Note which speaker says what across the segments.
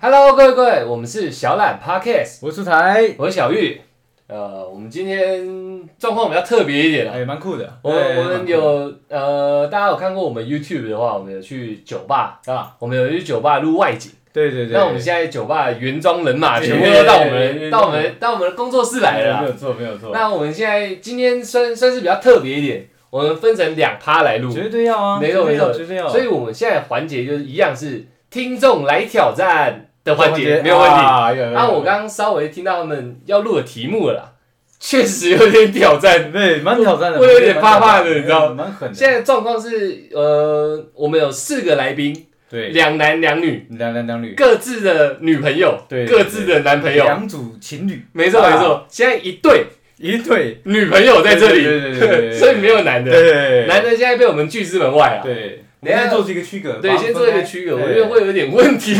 Speaker 1: Hello，各位各位，我们是小懒 Podcast，
Speaker 2: 我是出台，
Speaker 1: 我是小玉。呃，我们今天状况比较特别一点啊。
Speaker 2: 哎，蛮酷的。
Speaker 1: 我们
Speaker 2: 哎
Speaker 1: 我们，有呃，大家有看过我们 YouTube 的话，我们有去酒吧啊，我们有去酒吧录外景。
Speaker 2: 蛮酷的对对对。
Speaker 1: 那我们现在酒吧原装人马
Speaker 2: 对
Speaker 1: 全部都到我
Speaker 2: 对对
Speaker 1: 们
Speaker 2: 对
Speaker 1: 到我们到我们的工作室来了
Speaker 2: 没
Speaker 1: 啊。
Speaker 2: 有错，没有错。
Speaker 1: 那我们现在今天算算是比较特别一点，我们分成两趴来录，
Speaker 2: 绝对要啊，
Speaker 1: 没错
Speaker 2: 绝对
Speaker 1: 没
Speaker 2: 要
Speaker 1: 错，
Speaker 2: 绝对要。
Speaker 1: 所以我们现在环节就是一样是听众来挑战的环节，没有问题。
Speaker 2: 题
Speaker 1: 啊，我刚刚稍微听到他们要录的题目了啦，确实有点挑战。
Speaker 2: 对蛮挑战的，
Speaker 1: 我有点怕怕的你
Speaker 2: 蛮挑战
Speaker 1: 知道
Speaker 2: 哎蛮狠的。
Speaker 1: 现在状况是，呃，我们有四个来宾，
Speaker 2: 对，
Speaker 1: 两男两女，
Speaker 2: 两男两女，
Speaker 1: 各自的女朋友，
Speaker 2: 对
Speaker 1: 各自的男朋友，
Speaker 2: 两组情侣，
Speaker 1: 没错
Speaker 2: 啊
Speaker 1: 没错。现在一对
Speaker 2: 一对，
Speaker 1: 女朋友在这里，
Speaker 2: 对对对对对对
Speaker 1: 所以没有男的，
Speaker 2: 对
Speaker 1: 男的现在被我们拒之门外了。
Speaker 2: 对。我
Speaker 1: 等一下
Speaker 2: 们先做出一个区隔，
Speaker 1: 对，
Speaker 2: 把它
Speaker 1: 先
Speaker 2: 分
Speaker 1: 做一个
Speaker 2: 开
Speaker 1: 区隔，我
Speaker 2: 对
Speaker 1: 觉得会有点问题，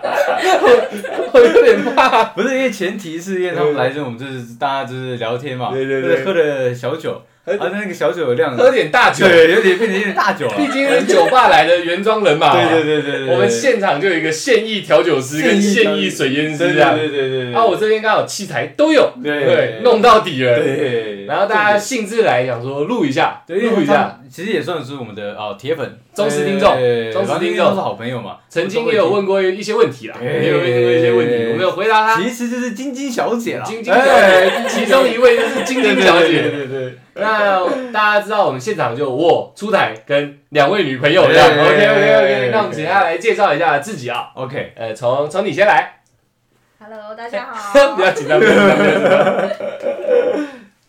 Speaker 1: 我我有点怕。
Speaker 2: 啊不是因为前提是因为他们来这，我们就是大家就是聊天嘛，
Speaker 1: 对对
Speaker 2: 就是
Speaker 1: 对
Speaker 2: 喝了小酒，
Speaker 1: 喝
Speaker 2: 啊，那个小酒的量，
Speaker 1: 喝点大酒，
Speaker 2: 对，有点变成有点大酒了。
Speaker 1: 毕竟是酒吧来的原装人马嘛。
Speaker 2: 对对对对对对，
Speaker 1: 我们现场就有一个现役调酒师跟现役水烟师
Speaker 2: 对
Speaker 1: 这
Speaker 2: 对
Speaker 1: 样。
Speaker 2: 对对对对。
Speaker 1: 啊，我这边刚好器材都有，
Speaker 2: 对
Speaker 1: 对，弄到底了。
Speaker 2: 对，
Speaker 1: 然后大家兴致来想说录一下，
Speaker 2: 对，因
Speaker 1: 录
Speaker 2: 为
Speaker 1: 一下。
Speaker 2: 他们其实也算是我们的哦铁粉、
Speaker 1: 忠实听众
Speaker 2: 对
Speaker 1: 忠实
Speaker 2: 反正
Speaker 1: 听众
Speaker 2: 都是好朋友嘛。
Speaker 1: 曾经也有问过一些问题啦，
Speaker 2: 对
Speaker 1: 也有问过一些问题，我没有回答
Speaker 2: 都会
Speaker 1: 他。
Speaker 2: 听，其实就是晶晶小姐啦，
Speaker 1: 晶晶小姐，其中一位就是晶晶小
Speaker 2: 对
Speaker 1: 姐。
Speaker 2: 对对对
Speaker 1: 那大家知道我们现场就有我出台跟两位女朋友这样。
Speaker 2: 对
Speaker 1: OK OK OK，
Speaker 2: 对
Speaker 1: 那我们请她来介绍一下自己啊。
Speaker 2: ，OK，
Speaker 1: 呃，从从你先来，
Speaker 3: Hello，大家
Speaker 1: 哎不
Speaker 3: 好。
Speaker 1: 要紧张，不要紧张不要紧张。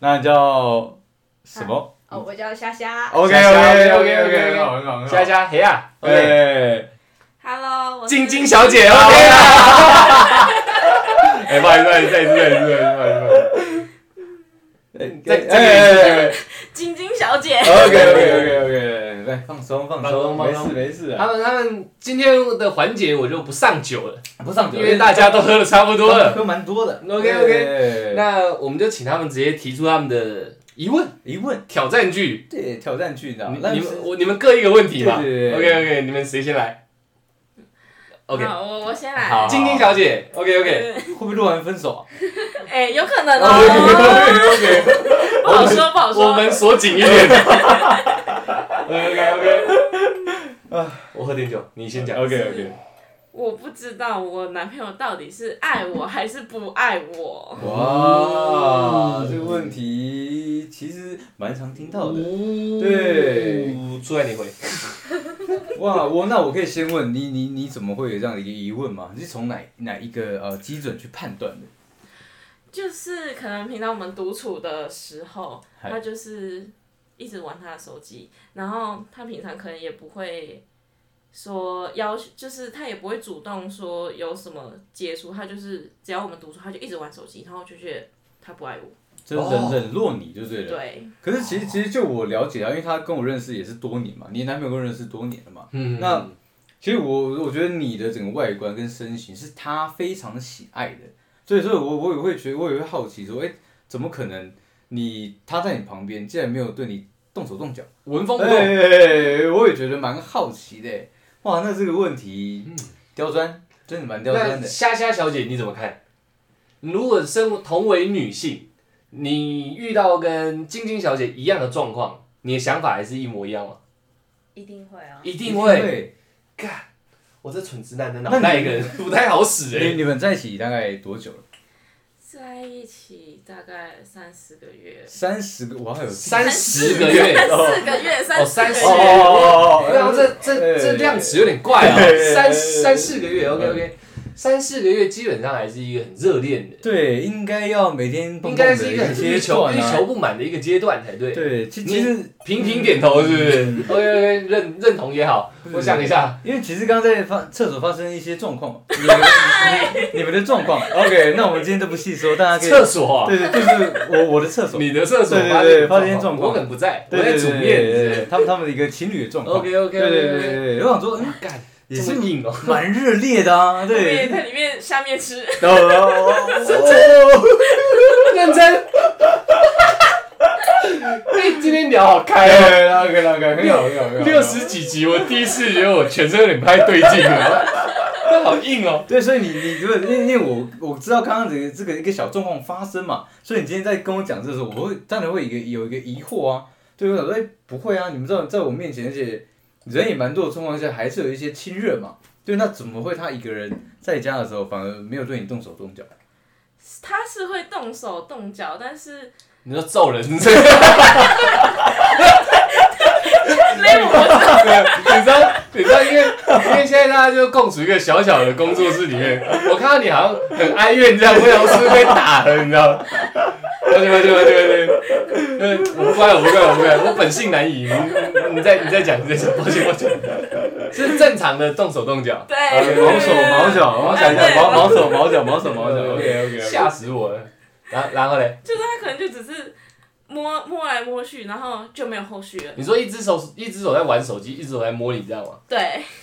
Speaker 2: 那叫什么
Speaker 3: 哦，我叫夏夏。
Speaker 2: ？OK
Speaker 1: 虾虾
Speaker 2: OK
Speaker 1: OK，OK，OK，OK，
Speaker 2: 很好很好很好，
Speaker 1: 虾虾黑啊，OK。
Speaker 2: 对，
Speaker 3: Hello，我是
Speaker 1: 哦晶晶小姐，OK 啦。哎，不好意思，不好意思，再一次，再一次，再一次，再一次，再再一次。
Speaker 3: 晶晶小姐。
Speaker 2: OK OK OK OK，来放松放
Speaker 1: 放松
Speaker 2: 松，
Speaker 1: 放
Speaker 2: 没
Speaker 1: 松
Speaker 2: 事没事啊，
Speaker 1: 他们他们今天的环节我就不上酒了，
Speaker 2: 不上酒，
Speaker 1: 因为大家都喝的差不多了。
Speaker 2: 喝蛮多的。
Speaker 1: OK，OK
Speaker 2: 对
Speaker 1: 那我们就请他们直接提出他们的疑问、
Speaker 2: 疑问，
Speaker 1: 挑战句。
Speaker 2: 对挑战句，你知道
Speaker 1: 你
Speaker 2: 吗？
Speaker 1: 你们我你们各一个问题嘛。
Speaker 2: 对对
Speaker 1: OK
Speaker 2: 对
Speaker 1: OK，你们谁先来？OK，
Speaker 3: 好，我我先来。
Speaker 2: 好
Speaker 1: 晶晶小姐，OK OK。
Speaker 3: 嗯
Speaker 2: 会不会录完分手啊？
Speaker 3: 哎，有可能哦。
Speaker 1: OK OK，
Speaker 3: 不好说，不好
Speaker 1: 我
Speaker 3: 说。
Speaker 1: 们锁紧一点。OK OK，我喝点酒，你先讲。
Speaker 2: OK OK，
Speaker 3: 我不知道我男朋友到底是爱我还是不爱我。
Speaker 2: 哇
Speaker 1: 嗯，
Speaker 2: 这个问题其实蛮常听
Speaker 1: 哦
Speaker 2: 到的。
Speaker 1: 对，出来你回。
Speaker 2: 哇，我那我可以先问你，你你怎么会有这样的一个疑问吗？你是从哪哪一个呃基准去判断的？
Speaker 3: 就是可能平常我们独处的时候，
Speaker 2: 嗨
Speaker 3: 他就是一直玩他的手机，然后他平常可能也不会说要求，就是他也不会主动说有什么接触，他就是只要我们独处，他就一直玩手机，然后我就觉得他不爱我。
Speaker 2: 就
Speaker 1: 哦
Speaker 2: 冷冷落你就对了。
Speaker 3: 对，
Speaker 2: 可是其实其实就我了解啊，因为他跟我认识也是多年嘛，你男朋友跟我认识多年了嘛。
Speaker 1: 嗯
Speaker 2: 那其实我我觉得你的整个外观跟身形是他非常喜爱的，所以说我我也会觉得我也会好奇说，哎、怎么可能你他在你旁边竟然没有对你动手动脚？
Speaker 1: 文
Speaker 2: 哎、
Speaker 1: 风不动，
Speaker 2: 我也觉得蛮好奇的、哇，那这个问题刁钻，真的蛮刁钻
Speaker 1: 那
Speaker 2: 的。
Speaker 1: 虾虾小姐你怎么看？如果身同为女性，你遇到跟晶晶小姐一样的状况，你的想法还是一模一样吗？
Speaker 3: 一定会啊。
Speaker 1: 一
Speaker 2: 一
Speaker 1: 定会。。我这蠢直男的脑袋
Speaker 2: 那
Speaker 1: 一
Speaker 2: 你
Speaker 1: 个人不太好使哎
Speaker 2: 你。你们在一起大概多久了？
Speaker 3: 在一起大概三四个月，
Speaker 2: 三十个，哇，有
Speaker 1: 三十个月，
Speaker 3: 三四个月，
Speaker 1: 哦，
Speaker 3: 三四
Speaker 1: 三
Speaker 3: 个
Speaker 1: 十
Speaker 3: 月
Speaker 1: 个月，
Speaker 2: 哦哦哦
Speaker 1: 对啊，这这
Speaker 2: 哎
Speaker 1: 这量词有点怪啊
Speaker 2: 哎哎，哎
Speaker 1: 三
Speaker 2: 哎
Speaker 1: 三四个月，OK OK，三四个月基本上还是一个很热恋的，
Speaker 2: 对，应该要每天蹦
Speaker 1: 应
Speaker 2: 蹦的
Speaker 1: 该是一个很欲
Speaker 2: 阶
Speaker 1: 求
Speaker 2: 段
Speaker 1: 欲
Speaker 2: 啊
Speaker 1: 求不满的一个阶段才对。嗯
Speaker 2: 对，其
Speaker 1: 你
Speaker 2: 其实
Speaker 1: 频频点头是不是？OK OK，认认同也好，
Speaker 2: 是
Speaker 1: 我想一下，
Speaker 2: 因为其实刚刚在发厕所发生一些状况，你们你们的状况，OK，那我们今天都不细说，大家可以
Speaker 1: 厕所啊，
Speaker 2: 对对，就是我我的厕所，
Speaker 1: 你的厕所
Speaker 2: 对对
Speaker 1: 发
Speaker 2: 对
Speaker 1: 现
Speaker 2: 发现状
Speaker 1: 我
Speaker 2: 况
Speaker 1: 可能不在，我
Speaker 2: 对对
Speaker 1: 在
Speaker 2: 对
Speaker 1: 煮
Speaker 2: 对
Speaker 1: 面
Speaker 2: 对
Speaker 1: 是不
Speaker 2: 对
Speaker 1: 是。
Speaker 2: 对他们他们的一个情侣的状况，
Speaker 1: OK OK
Speaker 2: 对对对
Speaker 1: OK，
Speaker 2: 对，我想说，嗯，
Speaker 1: 干
Speaker 2: 也
Speaker 1: 这
Speaker 2: 是
Speaker 1: 么硬哦，
Speaker 2: 蛮热烈的啊，
Speaker 3: 我们
Speaker 2: 对
Speaker 3: 也，在里面下面吃，
Speaker 2: 哦哦
Speaker 1: 认 真。哎，今天聊好开哦。
Speaker 2: ，OK OK OK，很好很好很好，
Speaker 1: 六十几集，我第一次觉得我全身有点不太对劲了。好硬哦。
Speaker 2: 对，所以你你如果因为因为我我知道刚刚这个这个一个小状况发生嘛，所以你今天在跟我讲这个时候，我会当然会有一个有一个疑惑啊，对我想说，哎、不会啊，你们知道在我面前，而且人也蛮多的状况下，还是有一些亲热嘛，对，那怎么会他一个人在家的时候反而没有对你动手动脚？
Speaker 3: 他是会动手动脚，但是
Speaker 1: 你说揍人是这个？
Speaker 3: 没有我
Speaker 1: 你知道，你知道，因为因为现在大家就共处一个小小的工作室里面，我看到你好像很哀怨这样，我想是不是被打了，你知道吗？对对对对对对，我不怪我不怪我不怪，我本性难移。你你再你再讲你再讲，抱歉抱歉，是正常的动手动脚，
Speaker 3: 对
Speaker 2: 啊
Speaker 3: 对对
Speaker 2: 毛手毛脚，我要想一下，
Speaker 3: 哎对
Speaker 2: 毛毛手毛脚，毛手 毛脚。
Speaker 1: OK OK，吓死我了。然后然后嘞，
Speaker 3: 就是他可能就只是摸摸来摸去，然后就没有后续了。
Speaker 1: 你说一只手一只手在玩手机，一只手在摸你，这样吗？
Speaker 3: 对，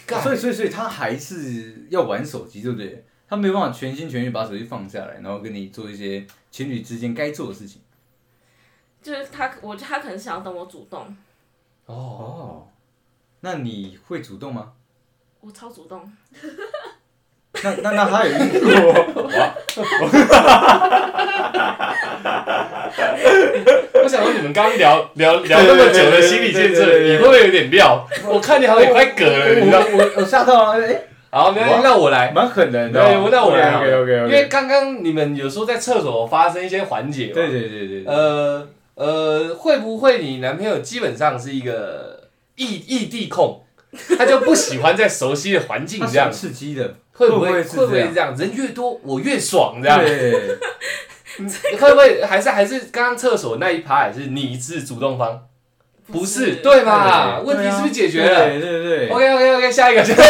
Speaker 1: 干
Speaker 2: 所以所以所以他还是要玩手机，对不对？他没有办法全心全意把手机放下来，然后跟你做一些情侣之间该做的事情。
Speaker 3: 就是他，我他可能想要等我主动，
Speaker 1: 哦，
Speaker 2: 哦，那你会主动吗？
Speaker 3: 我超主动，
Speaker 2: 那那那他有遇过？
Speaker 1: 我想说你们刚聊聊聊那么久的心理建设，你会不会有点料？我看你好像也快嗝了，你知道？
Speaker 2: 我我我吓到了，哎，
Speaker 1: 好，那那我来，
Speaker 2: 蛮狠的，
Speaker 1: 对，我那我来好了，
Speaker 2: OK OK
Speaker 1: 因
Speaker 2: OK，
Speaker 1: 为刚刚你们有时候在厕所发生一些环节嘛，
Speaker 2: 对对对对对，
Speaker 1: 呃呃，会不会你男朋友基本上是一个异异地 控，他就不喜欢在熟悉的环境
Speaker 2: 他
Speaker 1: 这样
Speaker 2: 是，刺激的，
Speaker 1: 会不会
Speaker 2: 会不会是
Speaker 1: 会不
Speaker 2: 这
Speaker 1: 会
Speaker 2: 样
Speaker 1: 这样？人越多我越爽这样，
Speaker 2: 对，
Speaker 1: 会不会还是还是刚刚厕所那一趴，还是你是主动方？不是，对嘛？
Speaker 2: 对啊
Speaker 1: 问题是不是解决了？
Speaker 2: 对对对
Speaker 1: OK OK OK，下一 个。下一个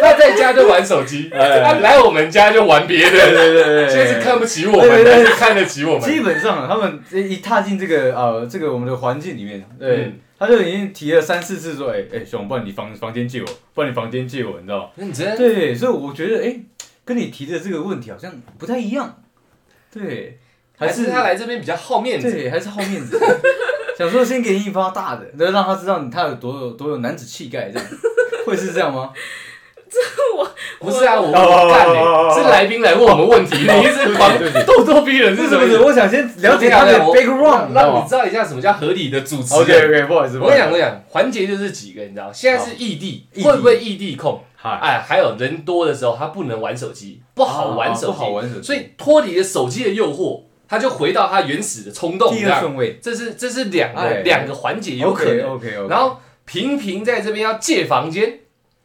Speaker 1: 他在家就玩手机，
Speaker 2: 哎
Speaker 1: 他来我们家就玩别
Speaker 2: 对
Speaker 1: 的。
Speaker 2: 对对 对，
Speaker 1: 现在是看不起我
Speaker 2: 对
Speaker 1: 们，
Speaker 2: 对
Speaker 1: 但
Speaker 2: 对
Speaker 1: 是看得起我
Speaker 2: 基
Speaker 1: 们。
Speaker 2: 本上他们一踏进这个呃这个我们的环境里面，对，
Speaker 1: 嗯
Speaker 2: 他就已经提了三四次说，哎、哎、熊，不然你房房间借我，不然你房间借我，你知道吗？
Speaker 1: 认真，
Speaker 2: 对，所以我觉得哎、跟你提的这个问题好像不太一样，对，
Speaker 1: 还
Speaker 2: 是
Speaker 1: 是他来这边比较好面子。
Speaker 2: 对，还是好面子，想说先给你一发大的，然后让他知道你他有多有多有男子气概，这样会是这样吗？
Speaker 1: 不是啊，我
Speaker 2: 哦哦哦
Speaker 1: 我干
Speaker 2: 哦
Speaker 1: 欸
Speaker 2: 哦
Speaker 1: 是来宾来问我们问题， 你一直狂
Speaker 2: 对对
Speaker 1: 咄咄逼人
Speaker 2: 不
Speaker 1: 是
Speaker 2: 是
Speaker 1: 什
Speaker 2: 不
Speaker 1: 么意
Speaker 2: 是，
Speaker 1: 思？
Speaker 2: 我想先了解他
Speaker 1: 我跟你
Speaker 2: 的
Speaker 1: 讲我哦
Speaker 2: background，你知道
Speaker 1: 让你
Speaker 2: 吗
Speaker 1: 知道一下什么叫合理的主持
Speaker 2: ？OK
Speaker 1: 人。
Speaker 2: OK，不好意思，
Speaker 1: 我跟你讲，我
Speaker 2: 不
Speaker 1: 跟你
Speaker 2: 好意思，
Speaker 1: 讲，环节就是几个，你知道，现在是哦异地，
Speaker 2: 好
Speaker 1: 会不会异地控？
Speaker 2: 嗨，
Speaker 1: 哎，还有人多的时候，他不能玩手机，哦不好玩手
Speaker 2: 不好
Speaker 1: 机，
Speaker 2: 玩手机，
Speaker 1: 所以脱离了手机的诱惑，他就回到他原始的冲动，
Speaker 2: 第
Speaker 1: 这
Speaker 2: 二
Speaker 1: 样。
Speaker 2: 顺位
Speaker 1: 这是这是两
Speaker 2: 哎
Speaker 1: 个两个环节有可能。
Speaker 2: OK OK，
Speaker 1: 然后平平在这边要借房间，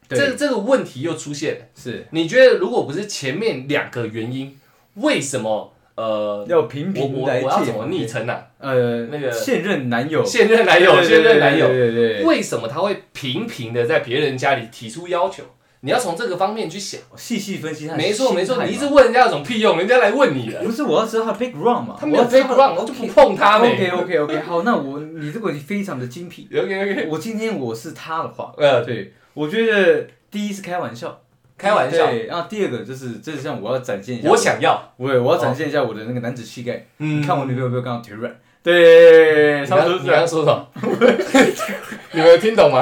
Speaker 1: 这这个问题又出现了。
Speaker 2: 是
Speaker 1: 你觉得如果不是前面两个原因，为什么呃，
Speaker 2: 要频
Speaker 1: 我
Speaker 2: 频
Speaker 1: 我
Speaker 2: 来
Speaker 1: 我要
Speaker 2: 借
Speaker 1: 怎么昵称啊？
Speaker 2: 呃
Speaker 1: 那个
Speaker 2: 现任男友，
Speaker 1: 现任男友，
Speaker 2: 对
Speaker 1: 现任男友，
Speaker 2: 对对对对对
Speaker 1: 为什么他会频频的在别人家里提出要求？你要从这个方面去想。
Speaker 2: 细细分析他的
Speaker 1: 没错
Speaker 2: 心态
Speaker 1: 没错，
Speaker 2: 嘛
Speaker 1: 你一直问人家有什么屁用？人家来问你了，
Speaker 2: 不是我要知道他的 background 嘛，
Speaker 1: 他没有 background，我就不碰他没
Speaker 2: OK。OK OK，好，那我你这个你非常的精辟，
Speaker 1: OK OK，
Speaker 2: 我今天我是他的话，
Speaker 1: 呃，
Speaker 2: 对，我觉得第一是开玩笑，
Speaker 1: 开玩笑，
Speaker 2: 对，然后第二个就是这是像我要展现一下，
Speaker 1: 我想要，
Speaker 2: 我我要展现一下我的那个男子气概，
Speaker 1: 嗯
Speaker 2: 你看我女朋友有没有刚刚腿软？对，
Speaker 1: 你
Speaker 2: 差不
Speaker 1: 刚
Speaker 2: 多
Speaker 1: 你
Speaker 2: 是
Speaker 1: 刚
Speaker 2: 这
Speaker 1: 刚。
Speaker 2: 样
Speaker 1: 说什 么？你们有听懂吗？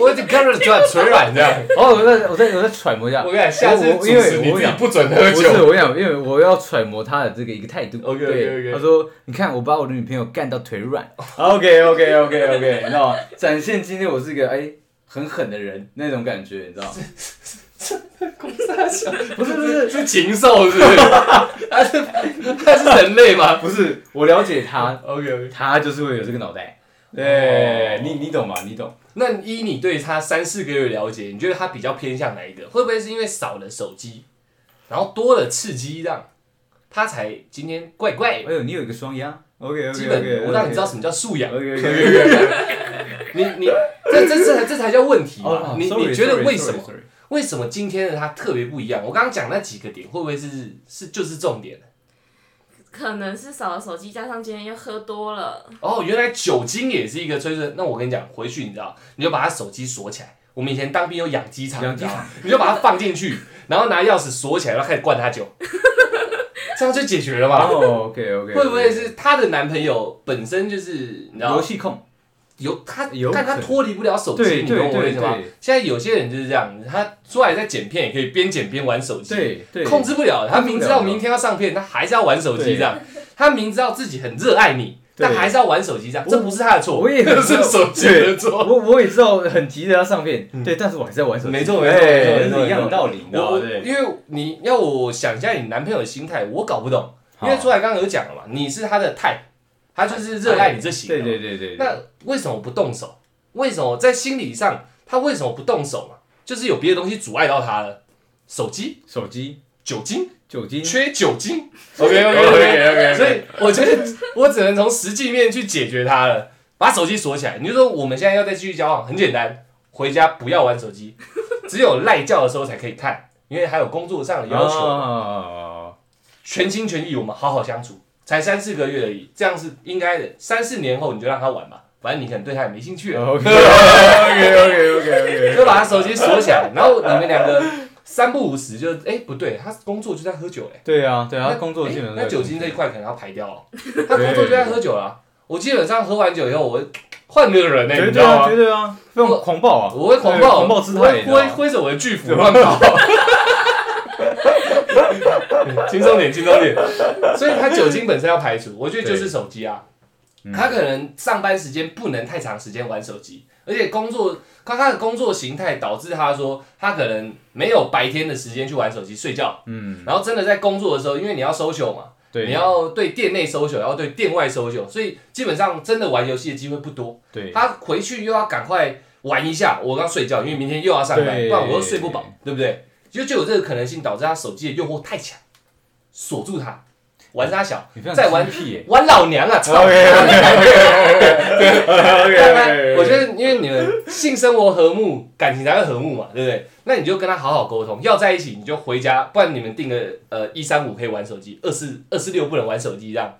Speaker 1: 我已经开始转嘴软这样。
Speaker 2: 哦，我在我在我在揣摩一下，
Speaker 1: 我跟你讲，下次
Speaker 2: 我
Speaker 1: 主
Speaker 2: 我因为
Speaker 1: 持你
Speaker 2: 我
Speaker 1: 自己
Speaker 2: 想
Speaker 1: 不准喝
Speaker 2: 不是，
Speaker 1: 酒。
Speaker 2: 我想，因为我要揣摩他的这个一个态度。
Speaker 1: OK，OK，OK
Speaker 2: 对他说：“你看，我把我的女朋友干到腿软。”OK，OK，OK，OK，你知道吗？展现今天我是一个哎很狠的人那种感觉，你知道吗？不是不是
Speaker 1: 是禽兽是不 是？他是他是人类吗
Speaker 2: 不是，我了解他，
Speaker 1: ？OK OK，
Speaker 2: 他就是会有这个脑袋。
Speaker 1: 哦
Speaker 2: 对，你你懂吗？你懂。
Speaker 1: 那依你对他三四个月的了解，你觉得他比较偏向哪一个？会不会是因为少了手机，然后多了刺激，让他才今天怪怪的？
Speaker 2: 哎呦，你有一个双压。OK OK
Speaker 1: 基
Speaker 2: OK，
Speaker 1: 本我让你知道。什么叫素养。
Speaker 2: OK OK OK。
Speaker 1: 你你这这这这才叫问题嘛？
Speaker 2: 哦，
Speaker 1: 你
Speaker 2: sorry，
Speaker 1: 你觉得
Speaker 2: sorry，
Speaker 1: 为什么
Speaker 2: sorry，sorry？
Speaker 1: 为什么今天的他特别不一样？我刚刚讲那几个点，会不会是是就是重点？
Speaker 3: 可能是少了手机，加上今天又喝多了，
Speaker 1: 哦，原来酒精也是一个催生。那我跟你讲，回去你知道，你就把他手机锁起来。我们以前当兵有养鸡场，
Speaker 2: 养
Speaker 1: 你知道吗你就把它放进去，然后拿钥匙锁起来，然后开始灌他 酒，这样就解决了嘛？
Speaker 2: 哦，OK OK。
Speaker 1: 会不会是她的男朋友本身就是你知道
Speaker 2: 游戏控？
Speaker 1: 有他
Speaker 2: 有
Speaker 1: 但他
Speaker 2: 可能
Speaker 1: 脱离不了手
Speaker 2: 对
Speaker 1: 机，你懂
Speaker 2: 对
Speaker 1: 我的意
Speaker 2: 对
Speaker 1: 思吗
Speaker 2: 对？
Speaker 1: 现在有些人就是这样，他出来在剪片也可以边剪边玩手机，
Speaker 2: 对对，
Speaker 1: 控制不了。他
Speaker 2: 控制
Speaker 1: 明
Speaker 2: 不
Speaker 1: 知
Speaker 2: 了
Speaker 1: 道明天要上片，他还是要玩手机
Speaker 2: 对
Speaker 1: 这样。他明知道自己很热爱你，
Speaker 2: 对
Speaker 1: 但还是要玩手机这样。
Speaker 2: 我
Speaker 1: 这不是他的错，
Speaker 2: 我也很
Speaker 1: 这是手机的错。
Speaker 2: 我我也知道很急着要上片，对，但是我还是在玩手机，
Speaker 1: 没错没错
Speaker 2: 哎
Speaker 1: 没错没错
Speaker 2: 是一样的道理，你知
Speaker 1: 我
Speaker 2: 道吗
Speaker 1: 我
Speaker 2: 对，
Speaker 1: 因为你要我想一下你男朋友的心态，我搞不懂。
Speaker 2: 好
Speaker 1: 因为出来刚刚有讲了嘛，你是他的 type，他就是热爱你这型。
Speaker 2: 对对对对，对
Speaker 1: 那为什么不动手？为什么在心理上他为什么不动手嘛？就是有别的东西阻碍到他了，手机、
Speaker 2: 手机、
Speaker 1: 酒精、
Speaker 2: 酒精，
Speaker 1: 缺酒精。OK OK OK OK。所以我觉得我只能从实际面去解决它了，把手机锁起来。你就说我们现在要再继续交往，很简单，回家不要玩手机， 只有赖觉的时候才可以看，因为还有工作上的要求。
Speaker 2: 哦求，
Speaker 1: 全心全意，我们好好相处，才三四个月而已，这样是应该的。三四年后你就让他玩吧，反正你可能对他也没兴趣了，
Speaker 2: 哦 OK OK OK OK
Speaker 1: 就把他手机锁起来，然后你们两个三不五时就哎、诶不对，他工作就在喝酒哎、
Speaker 2: 对啊对
Speaker 1: 那
Speaker 2: 啊，工作基本上
Speaker 1: 诶
Speaker 2: 在
Speaker 1: 那酒精这一块可能要排掉 哦，他工作就在喝酒了啊、我基本上喝完酒以后，我会换个人呢、
Speaker 2: 绝
Speaker 1: 你知
Speaker 2: 对
Speaker 1: 道
Speaker 2: 啊
Speaker 1: 吗
Speaker 2: 绝？对啊，非常狂暴啊，
Speaker 1: 我会狂
Speaker 2: 对
Speaker 1: 暴，
Speaker 2: 狂暴姿态，你知
Speaker 1: 我会
Speaker 2: 道
Speaker 1: 挥
Speaker 2: 吗
Speaker 1: 挥着我的 巨斧乱跑。轻松点，轻松点。 所以它酒精本身要排除，我觉得就是手机啊，
Speaker 2: 嗯
Speaker 1: 他可能上班时间不能太长时间玩手机，而且工作，他他的工作形态导致他说他可能没有白天的时间去玩手机睡觉，
Speaker 2: 嗯，
Speaker 1: 然后真的在工作的时候，因为你要 social 嘛，
Speaker 2: 对，
Speaker 1: 你要对店内 social，然后对店外 social，所以基本上真的玩游戏的机会不多。
Speaker 2: 对
Speaker 1: 他回去又要赶快玩一下，我刚睡觉，因为明天又要上班，
Speaker 2: 对
Speaker 1: 不然我又睡不饱，对不对？就就有这个可能性，导致他手机的诱惑太强，锁住他，玩他小
Speaker 2: 你非，常
Speaker 1: 再玩
Speaker 2: 精辟耶
Speaker 1: 玩老娘啊！
Speaker 2: 哦
Speaker 1: 操但他
Speaker 2: OK，
Speaker 1: 我觉得，因为你们性生活和睦，感情才会和睦嘛，对不对？那你就跟他好好沟通，要在一起你就回家，不然你们定个呃一三五可以玩手机，二四二四六不能玩手机这样。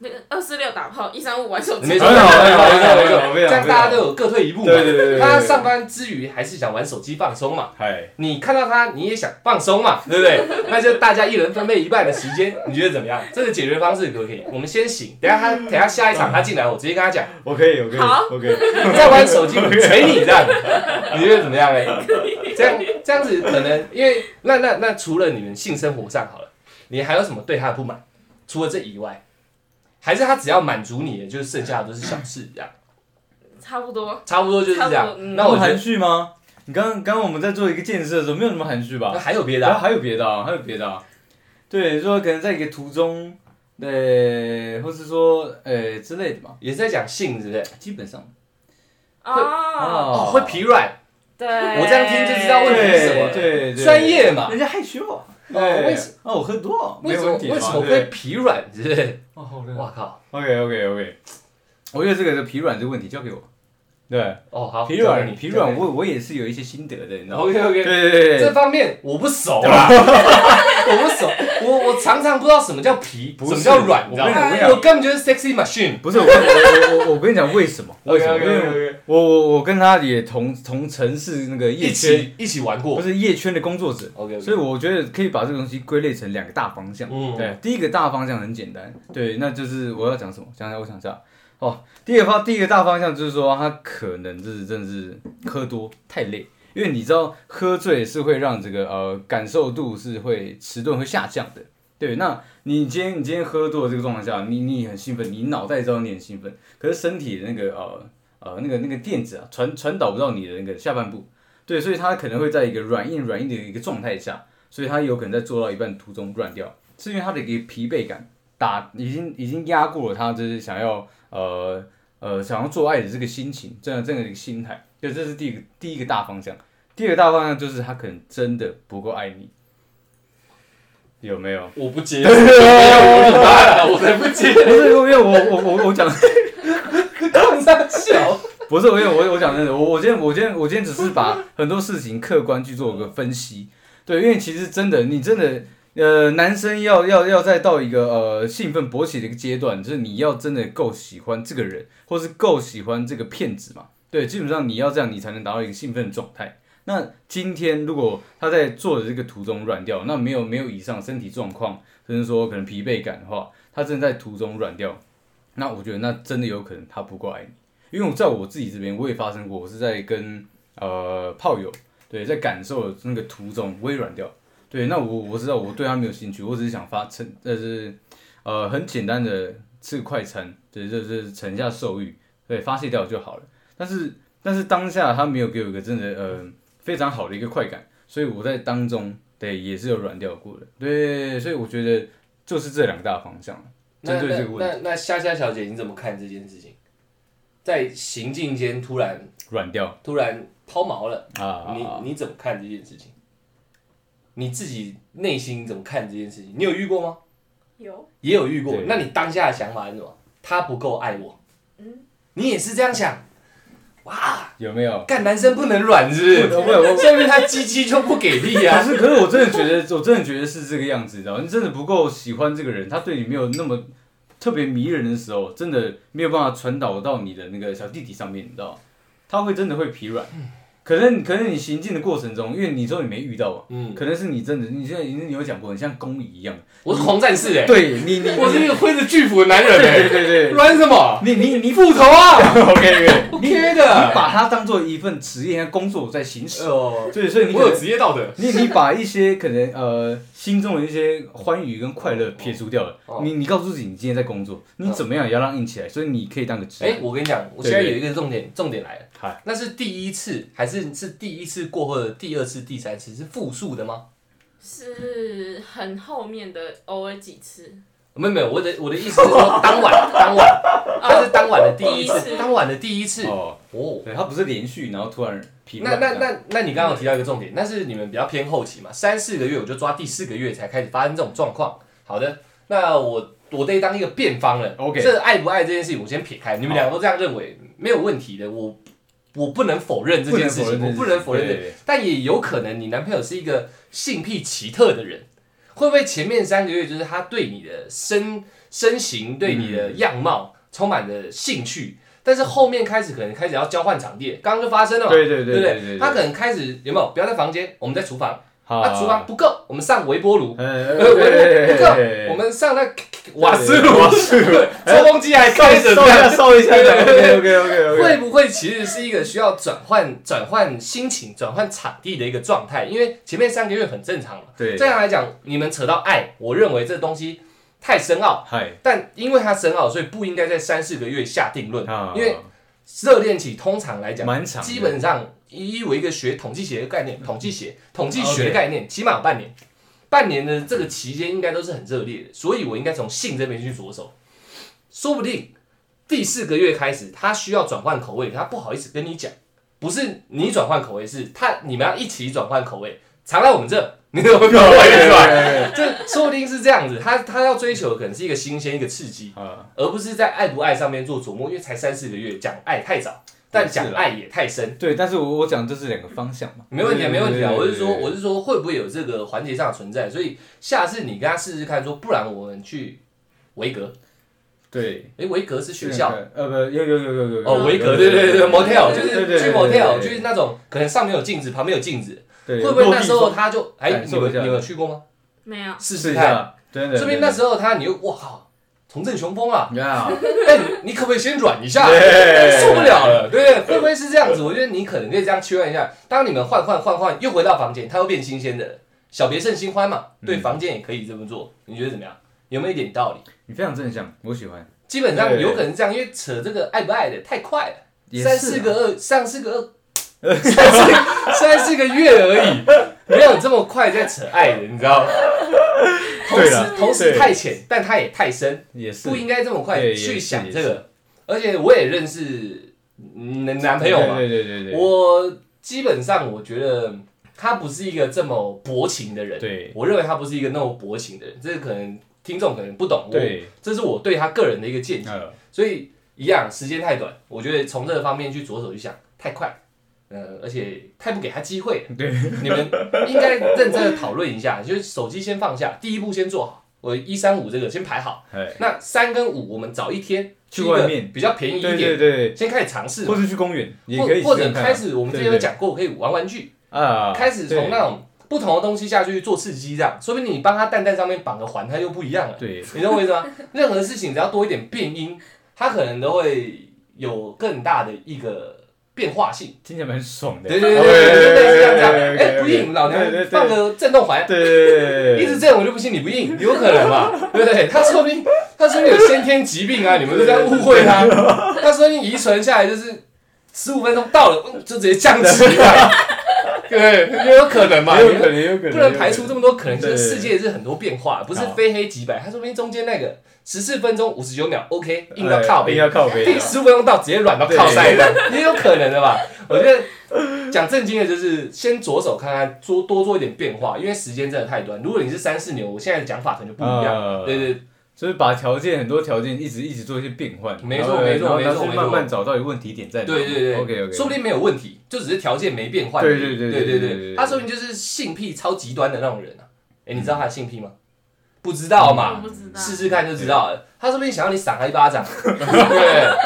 Speaker 3: 那个二四六打炮，一三五玩手机，
Speaker 1: 没错，没
Speaker 2: 很
Speaker 1: 错，
Speaker 2: 好
Speaker 1: 没错，
Speaker 2: 很好
Speaker 1: 没
Speaker 2: 很好
Speaker 1: 错，
Speaker 2: 非
Speaker 1: 这
Speaker 2: 常
Speaker 1: 样大家都有各退一步嘛。
Speaker 2: 对对对对
Speaker 1: 他
Speaker 2: 对
Speaker 1: 上班之余还是想玩手机放松嘛。
Speaker 2: 嗨，
Speaker 1: 你看到他，你也想放松嘛， 对不对？那就大家一人分配一半的时间， 你觉得怎么样？嗯这个解决方式可不可以？我们先醒，等下他等下下一场他进来，我直接跟他 讲，
Speaker 2: 我可以我可以
Speaker 3: 好
Speaker 2: 我可以，
Speaker 1: 你再玩手机，我捶你这样， 你觉得怎么样嘞？哎 这样这样子可能因为那那那除了你们性生活上好了，你还有什么对他的不满？除了这以外，还是他只要满足你的，就是剩下的都是小事，这样
Speaker 3: 差不多。
Speaker 1: 差不多就是这
Speaker 3: 差
Speaker 1: 样
Speaker 3: 不多。嗯
Speaker 1: 那我觉
Speaker 2: 含
Speaker 1: 得
Speaker 2: 蓄吗？你刚刚刚我们在做一个建设的时候，没有什么含蓄吧
Speaker 1: 那？还有别的
Speaker 2: 然后
Speaker 1: 啊，
Speaker 2: 还有别的、啊，还有别的、啊，对，说可能在一个途中，呃，或是说呃之类的嘛，
Speaker 1: 也是在讲性，是不是？
Speaker 2: 基本上
Speaker 3: 哦，
Speaker 1: 哦，会疲软。
Speaker 3: 对，
Speaker 1: 我这样听就知道问题是什么了
Speaker 2: 对对对，
Speaker 1: 专业嘛
Speaker 2: 人家害羞啊，
Speaker 1: 哦为什
Speaker 2: 什啊我喝多啊，
Speaker 1: 为什么为什么会
Speaker 2: 对
Speaker 1: 疲软？是不是？
Speaker 2: 哦好累
Speaker 1: 哇靠！
Speaker 2: ，OK OK OK，我觉得这个的疲软这个问题交给我，对，
Speaker 1: 哦好，
Speaker 2: 疲
Speaker 1: 交给
Speaker 2: 软
Speaker 1: 你哦
Speaker 2: 疲软，。我我也是有一些心得的，你知道吗？
Speaker 1: OK
Speaker 2: 对
Speaker 1: OK，
Speaker 2: 对对啊
Speaker 1: 这
Speaker 2: 对，
Speaker 1: 方面我不熟啦， 我不熟，我我常常不知道什么叫皮，什
Speaker 2: 不
Speaker 1: 么
Speaker 2: 是
Speaker 1: 叫软，你知道
Speaker 2: 我跟你
Speaker 1: 吗？
Speaker 2: 讲
Speaker 1: 我根本就是 sexy machine。
Speaker 2: 不是我我我我我跟你讲为什么？为什么？因
Speaker 1: OK，OK，OK，OK
Speaker 2: 为我我我跟他也同同城市那个夜
Speaker 1: 一
Speaker 2: 圈。
Speaker 1: 起一起玩
Speaker 2: 不
Speaker 1: 过
Speaker 2: 是夜圈的工作者，
Speaker 1: ，OK，
Speaker 2: 所以我觉得可以把这个东西归类成两个大方向。
Speaker 1: 嗯
Speaker 2: 对，第一个大方向很简单，对，那就是我要讲什么？想想，我想一下。哦，第一个方，第一个大方向就是说，他可能就是真的是喝多太累，因为你知道喝醉是会让这个呃感受度是会迟钝会下降的。对，那你今天你今天喝多的这个状况下，你你很兴奋，你脑袋知道你很兴奋，可是身体的那个呃呃那个那个电子啊传传导不到你的那个下半部，对，所以它可能会在一个软硬软硬的一个状态下，所以它有可能在做到一半途中软掉，是因为它的一个疲惫感打已经已经压过了他就是想要呃呃想要做爱的这个心情，这样这样的一个心态，对，这是第一个第一个大方向。第二个大方向就是他可能真的不够爱你，有没有？
Speaker 1: 我不接，我你妈啦 我才不接，
Speaker 2: 不是，因为我我我我讲
Speaker 1: 上上笑。
Speaker 2: 不是，因为我我讲真的，我我今天我今天我今天只是把很多事情客观去做个分析，对，因为其实真的，你真的，呃，男生要要要再到一个呃兴奋勃起的一个阶段，就是你要真的够喜欢这个人，或是够喜欢这个骗子嘛，对，基本上你要这样，你才能达到一个兴奋的状态。那今天如果他在做的这个途中软掉，那没有没有以上身体状况，甚至说可能疲惫感的话，他真的在途中软掉，那我觉得那真的有可能他不够爱你。因为我在我自己这边我也发生过，我是在跟呃炮友对在感受那个途中微软掉。对，那我我知道我对他没有兴趣，我只是想发成，但是呃很简单的吃个快餐，对，就是逞一下兽欲，对，发泄掉就好了。但是但是当下他没有给我一个真的呃非常好的一个快感，所以我在当中对也是有软掉过的，对，所以我觉得就是这两大方向，针
Speaker 1: 那
Speaker 2: 对这个
Speaker 1: 那
Speaker 2: 问题
Speaker 1: 那那夏夏小姐，你怎么看这件事情？在行进间突然
Speaker 2: 软掉
Speaker 1: 突然抛锚了，
Speaker 2: 啊，
Speaker 1: 你你怎么看这件事情？你自己内心怎么看这件事情？你有遇过吗？
Speaker 3: 有
Speaker 1: 也有遇过
Speaker 2: 对。
Speaker 1: 那你当下的想法是什么？他不够爱我。
Speaker 3: 嗯
Speaker 1: 你也是这样想？哇，
Speaker 2: 有没有？
Speaker 1: 干男生不能软是不
Speaker 2: 不不
Speaker 1: 是？下面他鸡鸡就不给力
Speaker 2: 可
Speaker 1: 啊！
Speaker 2: 是，可是我真的觉得，我真的觉得是这个样子，你知道吗？你真的不够喜欢这个人，他对你没有那么特别迷人的时候，真的没有办法传导到你的那个小弟弟上面，你知道吗？他会真的会疲软。可能可能你行进的过程中，因为你说你没遇到嘛，
Speaker 1: 嗯，
Speaker 2: 可能是你真的，你现在你有讲过，你像公蚁一样，
Speaker 1: 我是狂战士哎、
Speaker 2: 对你你
Speaker 1: 我是一个挥着巨斧的男人哎、
Speaker 2: 对对对对，
Speaker 1: 软什么？
Speaker 2: 你你你
Speaker 1: 斧头啊
Speaker 2: OK OK，你
Speaker 1: ，OK
Speaker 2: 你
Speaker 1: 的。
Speaker 2: 把它当做一份职业和工作在行使，
Speaker 1: 哦，
Speaker 2: 对，所以你
Speaker 1: 我
Speaker 2: 可能
Speaker 1: 有职业道德。
Speaker 2: 你你把一些可能呃心中的一些欢愉跟快乐撇除掉了，
Speaker 1: 哦
Speaker 2: 你你告诉自己你今天在工作，你怎么样也要让硬起来，所以你可以当个职
Speaker 1: 哎、
Speaker 2: 业。
Speaker 1: 我跟你讲，我
Speaker 2: 对
Speaker 1: 现在
Speaker 2: 对
Speaker 1: 有一个重点，重点来了。
Speaker 2: 嗨
Speaker 1: 那是第一次，还是是第一次过后的第二次、第三次是复数的吗？
Speaker 3: 是很后面的偶尔几次，
Speaker 1: 没有没有，我的我的意思是说当晚当 晚，它是当晚的第一
Speaker 3: 第一
Speaker 1: 次，
Speaker 3: 次
Speaker 1: 当晚的第一次哦。
Speaker 2: 哦，对，它不是连续，然后突然疲
Speaker 1: 那
Speaker 2: 软。
Speaker 1: 那那那你刚刚有提到一个重点，那是你们比较偏后期嘛，三四个月我就抓第四个月才开始发生这种状况。好的，那我我得当一个辩方了。
Speaker 2: OK
Speaker 1: 这爱不爱这件事情我先撇开，你们两个都这样认为没有问题的，我我不能否认这件事情，我不能否认这件事情
Speaker 2: 对
Speaker 1: 但也有可能你男朋友是一个性癖奇特的人，会不会前面三个月就是他对你的身身形、对你的样貌、充满了兴趣，但是后面开始可能开始要交换场地，刚刚就发生了嘛，
Speaker 2: 对对
Speaker 1: 对不
Speaker 2: 对对，
Speaker 1: 他可能开始有没有不要在房间，我们在厨房，
Speaker 2: 好
Speaker 1: 啊，厨房不够，我们上微波炉。
Speaker 2: 呃
Speaker 1: 呃，微波炉不够，我们上那瓦斯炉，
Speaker 2: 瓦斯炉，
Speaker 1: 抽风机还
Speaker 2: 烧
Speaker 1: 开
Speaker 2: 一
Speaker 1: 着，
Speaker 2: 下烧一下
Speaker 1: 对对对
Speaker 2: OK OK OK
Speaker 1: 会
Speaker 2: OK，
Speaker 1: 不会其实是一个需要转换、转换心情、转换场地的一个状态？因为前面三个月很正常嘛。
Speaker 2: 对
Speaker 1: 这样来讲，你们扯到爱，我认为这东西太深奥，
Speaker 2: 嗨
Speaker 1: 但因为它深奥，所以不应该在三四个月下定论。
Speaker 2: 啊，
Speaker 1: 因为热恋期通常嗯来讲，
Speaker 2: 蛮长的
Speaker 1: 基本上依我一个学统计学的概念，统计学统计学的概念，起码有半年。半年的这个期间应该都是很热烈的，所以我应该从性这边去着手。说不定第四个月开始，他需要转换口味，他不好意思跟你讲，不是你转换口味，是他你们要一起转换口味，藏在我们这， 你懂我意思 吧？这说不定是这样子，他他要追求的可能是一个新鲜、一个刺激，
Speaker 2: 啊，
Speaker 1: 而不是在爱不爱上面做琢磨，因为才三四个月，讲爱太早，但讲爱也太深。
Speaker 2: 对，但是我我讲这是两个方向嘛，
Speaker 1: 没问题啊，没问题啊！我是说，我
Speaker 2: 是
Speaker 1: 是说，会不会有这个环节上的存在？所以下次你跟他试试看，说不然我们去维格，
Speaker 2: 对。
Speaker 1: 诶，维格是学校
Speaker 2: 呃不有有有有有
Speaker 1: 哦，
Speaker 2: 有
Speaker 1: 维格，
Speaker 2: 有
Speaker 1: 对对对
Speaker 2: 有有
Speaker 1: ，motel 就
Speaker 2: 对对
Speaker 1: 是
Speaker 2: 对
Speaker 1: 去
Speaker 2: 对
Speaker 1: motel，
Speaker 2: 对
Speaker 1: 就是那种可能上面有镜子，旁边有镜子，
Speaker 2: 对
Speaker 1: 会不会那时候
Speaker 2: 落地
Speaker 1: 他就哎，
Speaker 2: 感
Speaker 1: 你
Speaker 2: 受
Speaker 1: 们
Speaker 2: 一
Speaker 1: 你
Speaker 2: 下
Speaker 1: 们有去过吗？
Speaker 3: 没有
Speaker 1: 试
Speaker 2: 试
Speaker 1: 试
Speaker 2: 一
Speaker 1: 看，
Speaker 2: 下，真的，
Speaker 1: 说明那时候他你就哇靠，重振雄风啊！
Speaker 2: 候呀，
Speaker 1: 但你你可不可以先软一下？
Speaker 2: 对
Speaker 1: 受不了了，对不对？会不会是这样子？我觉得你可能可以这样切换一下。当你们换换换换，又回到房间，它又变新鲜的了，小别胜新欢嘛。
Speaker 2: 嗯
Speaker 1: 对，房间也可以这么做，你觉得怎么样？有没有一点道理？
Speaker 2: 你非常正向，我喜欢，
Speaker 1: 基本上
Speaker 2: 对
Speaker 1: 有可能是这样，因为扯这个爱不爱的太快了，
Speaker 2: 也是啊
Speaker 1: 三四个二，三四个二，三四三四个月而已，没有这么快在扯爱的，你知道吗？同
Speaker 2: 对
Speaker 1: 时
Speaker 2: 啦
Speaker 1: 同时
Speaker 2: 对
Speaker 1: 太浅，但它也太深。
Speaker 2: 也是
Speaker 1: 不应该这么快
Speaker 2: 对也是
Speaker 1: 去想
Speaker 2: 也
Speaker 1: 这
Speaker 2: 是
Speaker 1: 个。而且我也认识你的男朋友嘛，
Speaker 2: 对对对对对，
Speaker 1: 我基本上我觉得他不是一个这么薄情的人，
Speaker 2: 对
Speaker 1: 我认为他不是一个那么薄情的人，这可能听众可能不懂我，
Speaker 2: 对，
Speaker 1: 这是我对他个人的一个见解。
Speaker 2: 呃
Speaker 1: 所以一样，时间太短，我觉得从这个方面去着手去想，太快。呃，而且太不给他机会了。
Speaker 2: 对，
Speaker 1: 你们应该认真的讨论一下，就是手机先放下，第一步先做好。我一三五这个先排好，
Speaker 2: 哎，
Speaker 1: 那三跟五，我们找一天
Speaker 2: 去
Speaker 1: 一个
Speaker 2: 外面
Speaker 1: 比较便宜一
Speaker 2: 对对
Speaker 1: 点，
Speaker 2: 对，
Speaker 1: 先开始尝试
Speaker 2: 或
Speaker 1: 嘛，
Speaker 2: 是去公园也
Speaker 1: 或
Speaker 2: 可以
Speaker 1: 或
Speaker 2: 试
Speaker 1: 者
Speaker 2: 试看啊
Speaker 1: 开始我们之前有
Speaker 2: 对对
Speaker 1: 讲过，可以玩玩具，
Speaker 2: 啊，
Speaker 1: 开始从那
Speaker 2: 对
Speaker 1: 种不同的东西下去做刺激，这样，说不定你帮他蛋蛋上面绑个环，它又不一样了。
Speaker 2: 对
Speaker 1: 你懂我意思吗？任何事情只要多一点变音，它可能都会有更大的一个变化性。
Speaker 2: 听起来蛮爽的。
Speaker 1: 对对对对对，类似这样讲，哎，不硬，老娘放个震动环，
Speaker 2: 对对
Speaker 1: 一直这样我就不信你不硬， 有可能嘛，对不对？他说不定他说不定有先天疾病啊，你们都在误会 他，他说不定遗传下来就是十五分钟到了嗯就直接降级了，对，也有可能嘛，
Speaker 2: 也有可能，也有可能，
Speaker 1: 不能排除这么多可能性，
Speaker 2: 对对对
Speaker 1: 世界是很多变化，不是非黑即白。他说不定中间那个十四分钟五十九秒，OK，硬到靠
Speaker 2: 硬
Speaker 1: 背，
Speaker 2: 要靠背啊
Speaker 1: 第
Speaker 2: 的。
Speaker 1: 十五分钟到直接软到靠塞的，也有可能的吧？我觉得讲正经的，就是先着手看看，多多做一点变化，因为时间真的太短。如果你是三四年，我现在的讲法可能就不一样。
Speaker 2: 呃
Speaker 1: 对对，
Speaker 2: 就是把条件很多条件一直一直做一些变换，
Speaker 1: 没错
Speaker 2: 然后
Speaker 1: 没错
Speaker 2: 然后然
Speaker 1: 没错
Speaker 2: 后去
Speaker 1: 没错
Speaker 2: 慢慢找到有问题点在哪。
Speaker 1: 对对对
Speaker 2: ，OK OK，
Speaker 1: 说不定没有问题，就只是条件没变换。
Speaker 2: 对对
Speaker 1: 对
Speaker 2: 对
Speaker 1: 对
Speaker 2: 对
Speaker 1: 对
Speaker 2: 对对
Speaker 1: 他说不定就是性癖超极端的那种人啊。哎，你知道他的性癖吗？不知道嘛？
Speaker 3: 我不知道，
Speaker 1: 试试看就知道了。他说不定想要你赏他一 巴掌，对，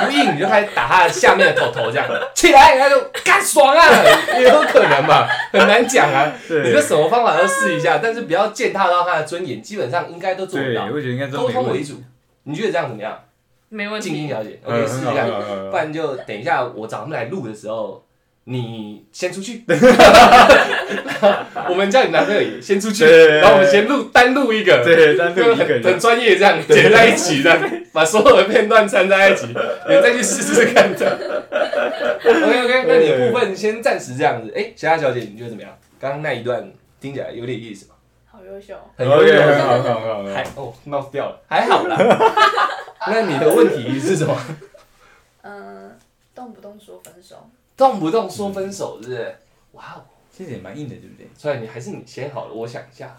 Speaker 1: 不硬你就开始打他的下面的头头，这样起来他就干爽 啊，也有可能嘛，很难讲啊。
Speaker 2: 对
Speaker 1: 你就什么方法都试一下，但是不要践踏到他的尊严，基本上应该都做得
Speaker 2: 对，
Speaker 1: 到
Speaker 2: 我。觉得应该都
Speaker 1: 沟
Speaker 2: 没
Speaker 1: 通
Speaker 2: 问
Speaker 1: 为
Speaker 2: 题。
Speaker 1: 主，你觉得这样怎么样？
Speaker 3: 没问
Speaker 1: 静
Speaker 3: 题
Speaker 1: 音。小姐
Speaker 2: 嗯
Speaker 1: ，OK，试一下
Speaker 2: 很好很好很，好
Speaker 1: 不然就等一下我找他们来录的时候。你先出 去，我们叫你男朋友也先出去，
Speaker 2: 对对对
Speaker 1: 然后我们先录单录一个，
Speaker 2: 对，单
Speaker 1: 就
Speaker 2: 独一
Speaker 1: 很
Speaker 2: 个
Speaker 1: 很
Speaker 2: 人，
Speaker 1: 专业这样剪在一起，这样把所有的片段掺在 一起，你再去试试看 的。OK OK，那你的部分先暂时这样子。哎、小夏小姐，你觉得怎么样？刚刚那一段听起来有点意思嘛？
Speaker 4: 好优秀。
Speaker 1: 很优
Speaker 2: OK，很
Speaker 1: 秀，
Speaker 2: 好很好很好很
Speaker 1: 还
Speaker 2: 好。
Speaker 1: 哦闹掉了，还好 啦。那你的问题是什么？
Speaker 4: 嗯，动不动说分手，
Speaker 1: 动不动说分手，是不是？哇哦，
Speaker 2: 其实也蛮硬的，对不对？
Speaker 1: 所以你还是你先好了，我想一下，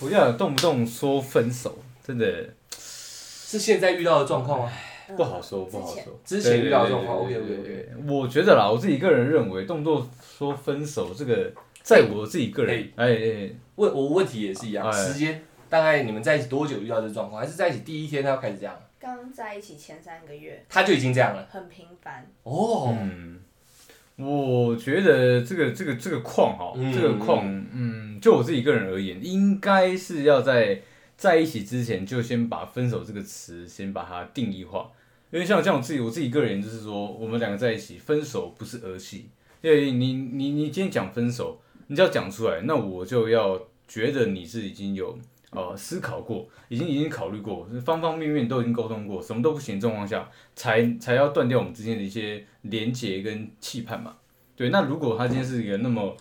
Speaker 2: 我就想动不动说分手，真的
Speaker 1: 是现在遇到的状况吗？
Speaker 4: 嗯
Speaker 2: 不好说，
Speaker 4: 之
Speaker 2: 不好
Speaker 4: 前
Speaker 2: 说。
Speaker 1: 之前遇到的状况
Speaker 2: 哎对对对
Speaker 1: OK，OK，OK
Speaker 2: 对对对我觉得啦，我自己个人认为，动不动说分手这个，在我自己个人，哎哎，
Speaker 1: 问我问题也是一样，
Speaker 2: 哎
Speaker 1: 时间大概你们在一起多久遇到这状况？还是在一起第一天他要开始这样？
Speaker 4: 刚在一起前三个月
Speaker 1: 他就已经这样了。
Speaker 4: 很频繁，
Speaker 1: 哦，
Speaker 2: 嗯，我觉得这个这个这个矿哈，
Speaker 1: 嗯
Speaker 2: 这个矿，嗯，就我自己个人而言，应该是要在在一起之前就先把分手这个词先把它定义化，因为像像我自己我自己个人就是说，我们两个在一起，分手不是儿戏，因为你你你今天讲分手，你只要讲出来，那我就要觉得你是已经有。呃，思考过，已经已经考虑过，方方面面都已经沟通过，什么都不行的状况下，才才要断掉我们之间的一些连结跟期盼嘛。对，那如果他今天是一个那么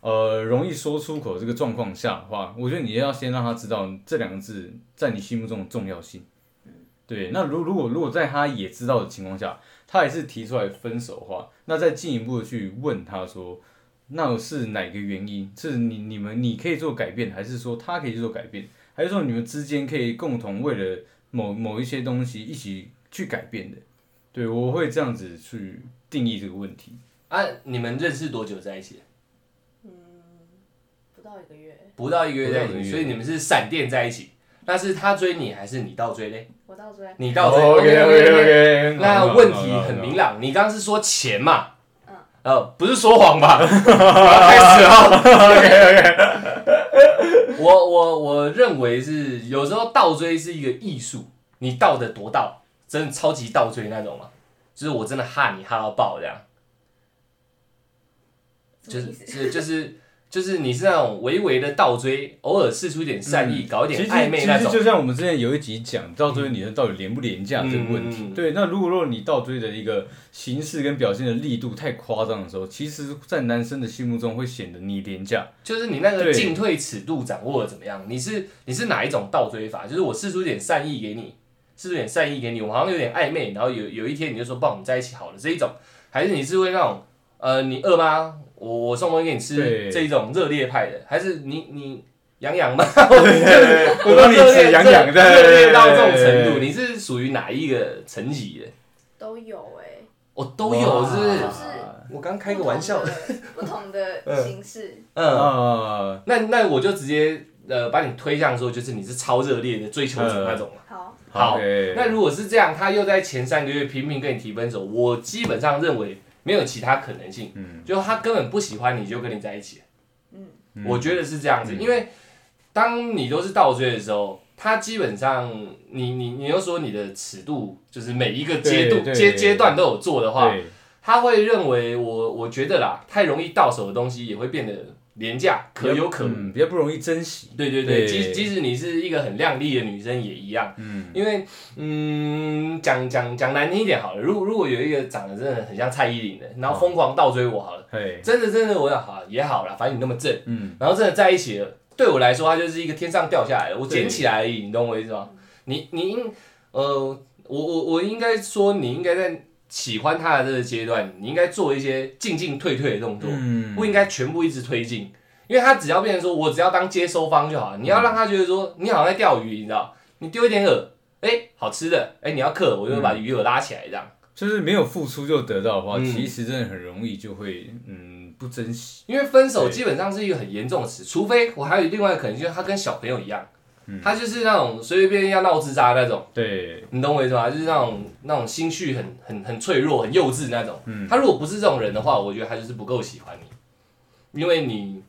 Speaker 2: 呃容易说出口这个状况下的话，我觉得你要先让他知道这两个字在你心目中的重要性。对，那如如果如果在他也知道的情况下，他还是提出来分手的话，那再进一步的去问他说，那是哪个原因？是你你们你可以做改变，还是说他可以做改变，还是说你们之间可以共同为了某某一些东西一起去改变的？对，我会这样子去定义这个问题。
Speaker 1: 啊，你们认识多久在一起？
Speaker 4: 不到一个月，
Speaker 1: 不到一个月在
Speaker 2: 不
Speaker 1: 一
Speaker 2: 到一个
Speaker 1: 起，
Speaker 2: 月
Speaker 1: 所以你们是闪电在一起。那是他追你还是你倒追嘞？
Speaker 4: 我到最后
Speaker 1: 你倒追。
Speaker 2: OK OK
Speaker 1: OK。
Speaker 2: OK，
Speaker 1: 那问题很明朗，你刚刚是说钱嘛？
Speaker 4: 嗯
Speaker 1: 呃，不是说谎吧？我要开始 了。OK OK。我我我认为是有时候倒追是一个艺术，你倒的多倒，真的超级倒追那种嘛，就是我真的哈你哈到爆这样。
Speaker 4: 什
Speaker 1: 就
Speaker 4: 么意
Speaker 1: 是
Speaker 4: 思？
Speaker 1: 是就是就是你是那种微微的倒追，偶尔试出一点善意，搞一
Speaker 2: 嗯其
Speaker 1: 点
Speaker 2: 实
Speaker 1: 暧昧那
Speaker 2: 其实
Speaker 1: 种。
Speaker 2: 就像我们之前有一集讲到追女生到底廉不廉价这个问题，
Speaker 1: 嗯嗯
Speaker 2: 对。那如果说你倒追的一个形式跟表现的力度太夸张的时候，其实，在男生的心目中会显得你廉价。
Speaker 1: 就是你那个
Speaker 2: 对
Speaker 1: 进退尺度掌握的怎么样？你是你是哪一种倒追法？就是我试出一点善意给你，试出一点善意给你，我好像有点暧昧，然后有有一天你就说帮我们在一起好了这一种，还是你是会那种呃你饿吗？我我送东西给你吃
Speaker 2: 对
Speaker 1: 这一种热烈派的，还是你你养养吗？
Speaker 2: 我帮你指痒痒的，
Speaker 1: 热烈到这种程度，你是属于哪一个层级的？
Speaker 4: 都有哎、
Speaker 1: 我、都有，是不是
Speaker 4: 哇？
Speaker 1: 我刚开个玩笑，
Speaker 4: 不同的，不同的形式，
Speaker 1: 嗯，
Speaker 2: 啊，
Speaker 1: 那那我就直接呃把你推向说，就是你是超热烈的追求
Speaker 2: 嗯
Speaker 1: 者那种嘛。
Speaker 4: 好，
Speaker 1: 好
Speaker 2: OK
Speaker 1: 那如果是这样，他又在前三个月拼命跟你提分手，我基本上认为没有其他可能性，
Speaker 2: 嗯
Speaker 1: 就他根本不喜欢你就跟你在一起了。
Speaker 4: 嗯，
Speaker 2: 嗯
Speaker 1: 我觉得是这样子，因为当你都是倒追的时候，它基本上，你你你又说你的尺度，就是每一个阶
Speaker 2: 对
Speaker 1: 度
Speaker 2: 对
Speaker 1: 阶阶段都有做的话，
Speaker 2: 对
Speaker 1: 他会认为我我觉得啦，太容易到手的东西也会变得廉价，可有可无。
Speaker 2: 嗯，比较不容易珍惜。
Speaker 1: 对对对，
Speaker 2: 对
Speaker 1: 即即使你是一个很靓丽的女生也一样，
Speaker 2: 嗯，
Speaker 1: 因为嗯，讲讲讲难听一点好了，如果如果有一个长得真的很像蔡依林的，然后疯狂倒追我好了，
Speaker 2: 嘿，
Speaker 1: 真的真的我想好也好啦，反正你那么正，
Speaker 2: 嗯，
Speaker 1: 然后真的在一起了，对我来说，它就是一个天上掉下来的，我捡起来而已，你懂我意思吗？你你应呃，我我我应该说，你应该在喜欢他的这个阶段，你应该做一些进进退退的动作，
Speaker 2: 嗯
Speaker 1: 不应该全部一直推进，因为他只要变成说我只要当接收方就好了，你要让他觉得说你好像在钓鱼，你知道，你丢一点饵。哎、好吃的，哎、你要克，我就把鱼饵拉起来，这样，
Speaker 2: 就是没有付出就得到的话，
Speaker 1: 嗯
Speaker 2: 其实真的很容易就会嗯不珍惜。
Speaker 1: 因为分手
Speaker 2: 对
Speaker 1: 基本上是一个很严重的词，除非我还有另外一个可能，就是他跟小朋友一样，他就是那种随随便便要闹自杀那种。
Speaker 2: 对，
Speaker 1: 你懂我意思吗？就是那种那种心绪很很很脆弱、很幼稚那种。
Speaker 2: 嗯
Speaker 1: 他如果不是这种人的话，我觉得他就是不够喜欢你，因为你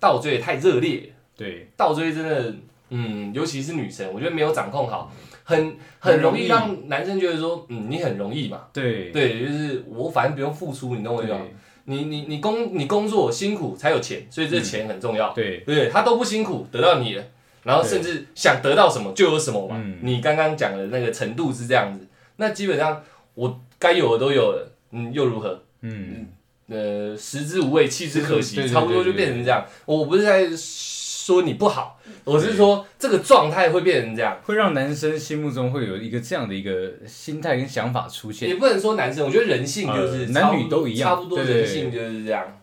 Speaker 1: 倒追得太热烈，
Speaker 2: 对，
Speaker 1: 倒追真的，嗯，尤其是女生，我觉得没有掌控好，很很
Speaker 2: 很容
Speaker 1: 容
Speaker 2: 易
Speaker 1: 易让男生觉得说，嗯，你很容易嘛。
Speaker 2: 对，
Speaker 1: 对，就是我反正不用付出，你懂我意思吗
Speaker 2: 对？，
Speaker 1: 你你你工你工作辛苦才有钱，所以这钱很重要。
Speaker 2: 嗯对，
Speaker 1: 对他都不辛苦得到你了，然后甚至想得到什么就有什么嘛。
Speaker 2: 嗯
Speaker 1: 你刚刚讲的那个程度是这样子，那基本上我该有的都有了，嗯，又如何？
Speaker 2: 嗯，
Speaker 1: 呃，食之无味，弃之可惜，
Speaker 2: 对对对
Speaker 1: 差不多就变成这样。我不是在说你不好，
Speaker 2: 嗯
Speaker 1: 我是说这个状态会变成这样。
Speaker 2: 会让男生心目中会有一个这样的一个心态跟想法出
Speaker 1: 也
Speaker 2: 现。
Speaker 1: 不能说男生，我觉得人性就是、
Speaker 2: 呃
Speaker 1: 差不
Speaker 2: 男女都一样
Speaker 1: 差不多
Speaker 2: 对对
Speaker 1: 人性就是这样。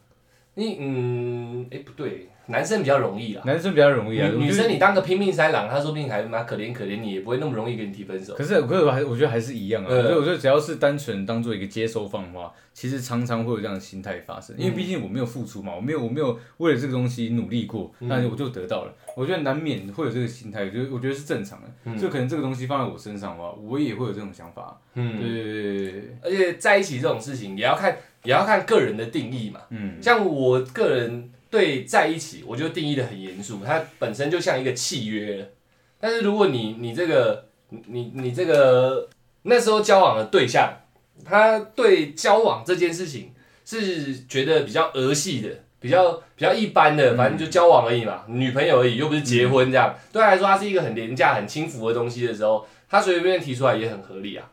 Speaker 1: 你嗯，哎、不对，男生比较容易啦。
Speaker 2: 男生比较容易啊，我
Speaker 1: 女女
Speaker 2: 觉得
Speaker 1: 生你当个拼命三郎，她说不定还妈可怜可怜你，也不会那么容易跟你提分手。
Speaker 2: 可是，可是我还我觉得还是一样啊。
Speaker 1: 嗯
Speaker 2: 所以我觉得只要是单纯当做一个接收放的话，其实常常会有这样的心态发生。因为
Speaker 1: 嗯
Speaker 2: 毕竟我没有付出嘛，我没有我没有为了这个东西努力过，
Speaker 1: 嗯
Speaker 2: 那我就得到了。我觉得难免会有这个心态，我觉得我觉得是正常
Speaker 1: 嗯
Speaker 2: 的。就可能这个东西放在我身上的话，我也会有这种想法。对
Speaker 1: 嗯，
Speaker 2: 对对对对，
Speaker 1: 而且在一起这种事情也要看，也要看个人的定义嘛。
Speaker 2: 嗯，
Speaker 1: 像我个人对在一起，我就定义的很严肃，它本身就像一个契约了。但是如果你你这个你你你这个那时候交往的对象，他对交往这件事情是觉得比较儿戏的，比较比较一般
Speaker 2: 嗯
Speaker 1: 的，反正就交往而已嘛，女朋友而已，又不是结婚这样。对他来说，它是一个很廉价、很轻浮的东西的时候，他随随便便提出来也很合理啊。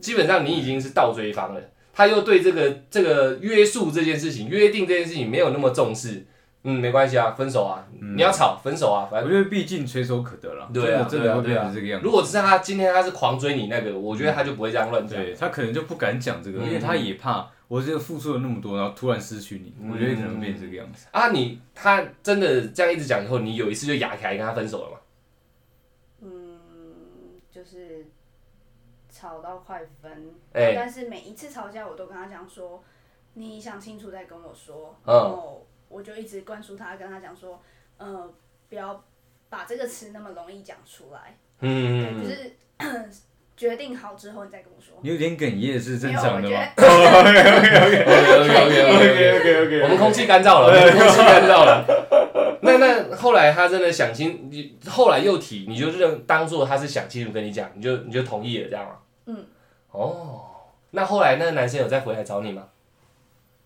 Speaker 1: 基本上你已经是倒追方了，他又对这个这个约束这件事情、约定这件事情没有那么重视，嗯，没关系啊，分手啊，
Speaker 2: 嗯
Speaker 1: 你要吵分手啊，反
Speaker 2: 我
Speaker 1: 正。
Speaker 2: 觉得毕竟垂手可得了，
Speaker 1: 对啊，
Speaker 2: 真
Speaker 1: 对
Speaker 2: 的
Speaker 1: 啊
Speaker 2: 会变
Speaker 1: 对啊
Speaker 2: 成这个样子。
Speaker 1: 如果是他今天他是狂追你那个，我觉得他就不会这样乱讲。
Speaker 2: 对他可能就不敢讲这个，
Speaker 1: 嗯
Speaker 2: 因为他也怕我这个付出了那么多，然后突然失去你，
Speaker 1: 嗯
Speaker 2: 我觉得可能变成这个样子。
Speaker 1: 啊你，他真的这样一直讲以后，你有一次就哑起来跟他分手了嘛？
Speaker 4: 嗯，就是吵到快分，
Speaker 1: 哎
Speaker 4: 但是每一次吵架我都跟他讲说，你想清楚再跟我说，
Speaker 1: 嗯
Speaker 4: 然后我就一直灌输他，跟他讲说，呃，不要把这个词那么容易讲出来，
Speaker 1: 嗯，
Speaker 4: 就是 决定好之后你再跟我说。
Speaker 2: 你有点哽咽是正
Speaker 4: 因为
Speaker 2: 常
Speaker 4: 我
Speaker 2: 的
Speaker 4: 觉
Speaker 2: 吗？
Speaker 4: 得，
Speaker 1: OK OK OK OK OK，我们空气干燥了，我们空气干燥了。那那后来他真的想清，你后来又提，你就认当做他是想清楚跟你讲，你就你就同意了这样吗？
Speaker 4: 嗯。
Speaker 1: 哦，那后来那个男生有再回来找你吗？